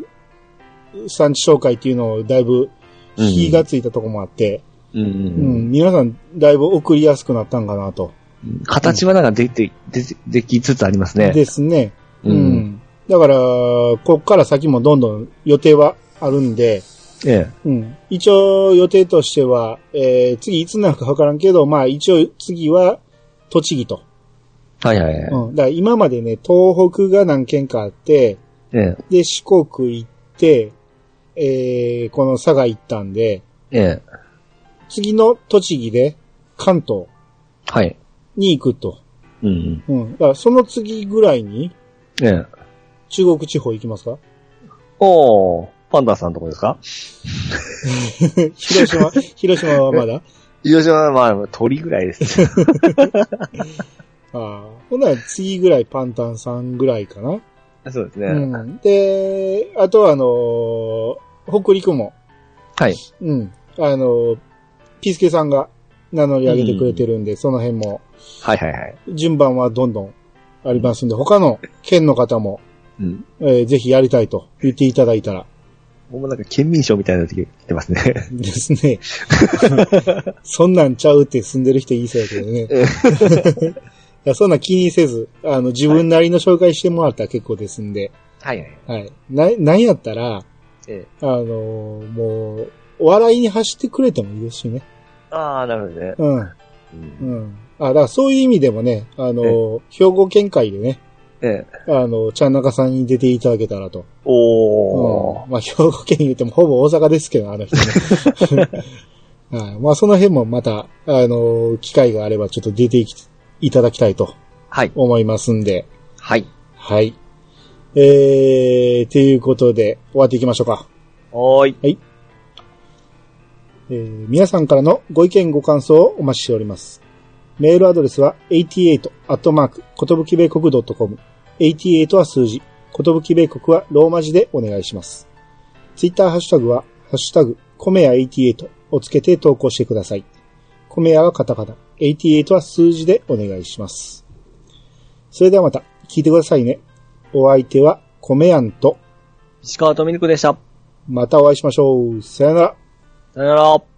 [SPEAKER 1] 産地紹介っていうのをだいぶ、火がついたとこもあって、
[SPEAKER 2] うんう
[SPEAKER 1] うん、
[SPEAKER 2] ん
[SPEAKER 1] 皆さんだいぶ送りやすくなったんかなと。
[SPEAKER 2] うん。形はなんか出て、出て、できつつありますね。
[SPEAKER 1] ですね。
[SPEAKER 2] う。
[SPEAKER 1] うんん。だから、こっから先もどんどん予定はあるんで、
[SPEAKER 2] え
[SPEAKER 1] うん。一応予定としては、えー、次いつなるかわからんけど、まあ一応次は栃木と。
[SPEAKER 2] え。はいはいは
[SPEAKER 1] うん。だから今までね、東北が何県かあって、
[SPEAKER 2] い。え
[SPEAKER 1] で、四国行って、えー、この佐賀行ったんで、
[SPEAKER 2] え。ええ。
[SPEAKER 1] 次の栃木で関東
[SPEAKER 2] はい。
[SPEAKER 1] に行くと。
[SPEAKER 2] うん。
[SPEAKER 1] うん。だからその次ぐらいに
[SPEAKER 2] ええ。
[SPEAKER 1] 中国地方行きますか
[SPEAKER 2] おー、パンダさんのとこですか
[SPEAKER 1] 広 島、広島はまだ
[SPEAKER 2] 広島はまあ、鳥ぐらいです。
[SPEAKER 1] あ あ。ほんなら次ぐらいパンタンさんぐらいかな。
[SPEAKER 2] そうですね。
[SPEAKER 1] うん。で、あとはあのー北陸も、
[SPEAKER 2] はい。
[SPEAKER 1] うん。あのーピースケさんが名乗り上げてくれてるんで、その辺も
[SPEAKER 2] はいはいはい。
[SPEAKER 1] 順番はどんどんありますんで、他の県の方も、
[SPEAKER 2] うん。
[SPEAKER 1] えーぜひやりたいと言っていただいたら
[SPEAKER 2] 僕もなんか県民賞みたいなの来てますね。
[SPEAKER 1] ですね。 そんなんちゃうって住んでる人言いそうやけど ね。いやそんな気にせず、あの、自分なりの紹介してもらったら結構ですんで、
[SPEAKER 2] はいは
[SPEAKER 1] は
[SPEAKER 2] い。
[SPEAKER 1] い。な、なんやったら、
[SPEAKER 2] ええ。
[SPEAKER 1] あのーもう、お笑いに走ってくれてもいいですしね。
[SPEAKER 2] ああ、なるほどね。
[SPEAKER 1] うん。
[SPEAKER 2] う、
[SPEAKER 1] うんん。あ、だからそういう意味でもね、あのー兵庫県会でね、
[SPEAKER 2] ええ。
[SPEAKER 1] あのー、ちゃんなかさんに出ていただけたらと。
[SPEAKER 2] おー。
[SPEAKER 1] うんまあ、兵庫県言ってもほぼ大阪ですけど、あの人 ね。はいまあ、その辺もまた、あのー機会があればちょっと出てきていただきたいと
[SPEAKER 2] はい。
[SPEAKER 1] 思いますんで。
[SPEAKER 2] はい。
[SPEAKER 1] はい。えー、ということで、終わっていきましょうか。
[SPEAKER 2] おーい。
[SPEAKER 1] えー皆さんからのご意見ご感想をお待ちしております。メールアドレスは 88. 米国 .com。88は数字。こと米国はローマ字でお願いします。ツイッターハッシュタグは、ハッシュタグ、コメヤ88をつけて投稿してください。コメヤはカタカナ、88は数字でお願いします。それではまた、聞いてくださいね。お相手は、コメヤンと、
[SPEAKER 2] 石川とみるくでした。
[SPEAKER 1] またお会いしましょう。さよなら。
[SPEAKER 2] さよなら。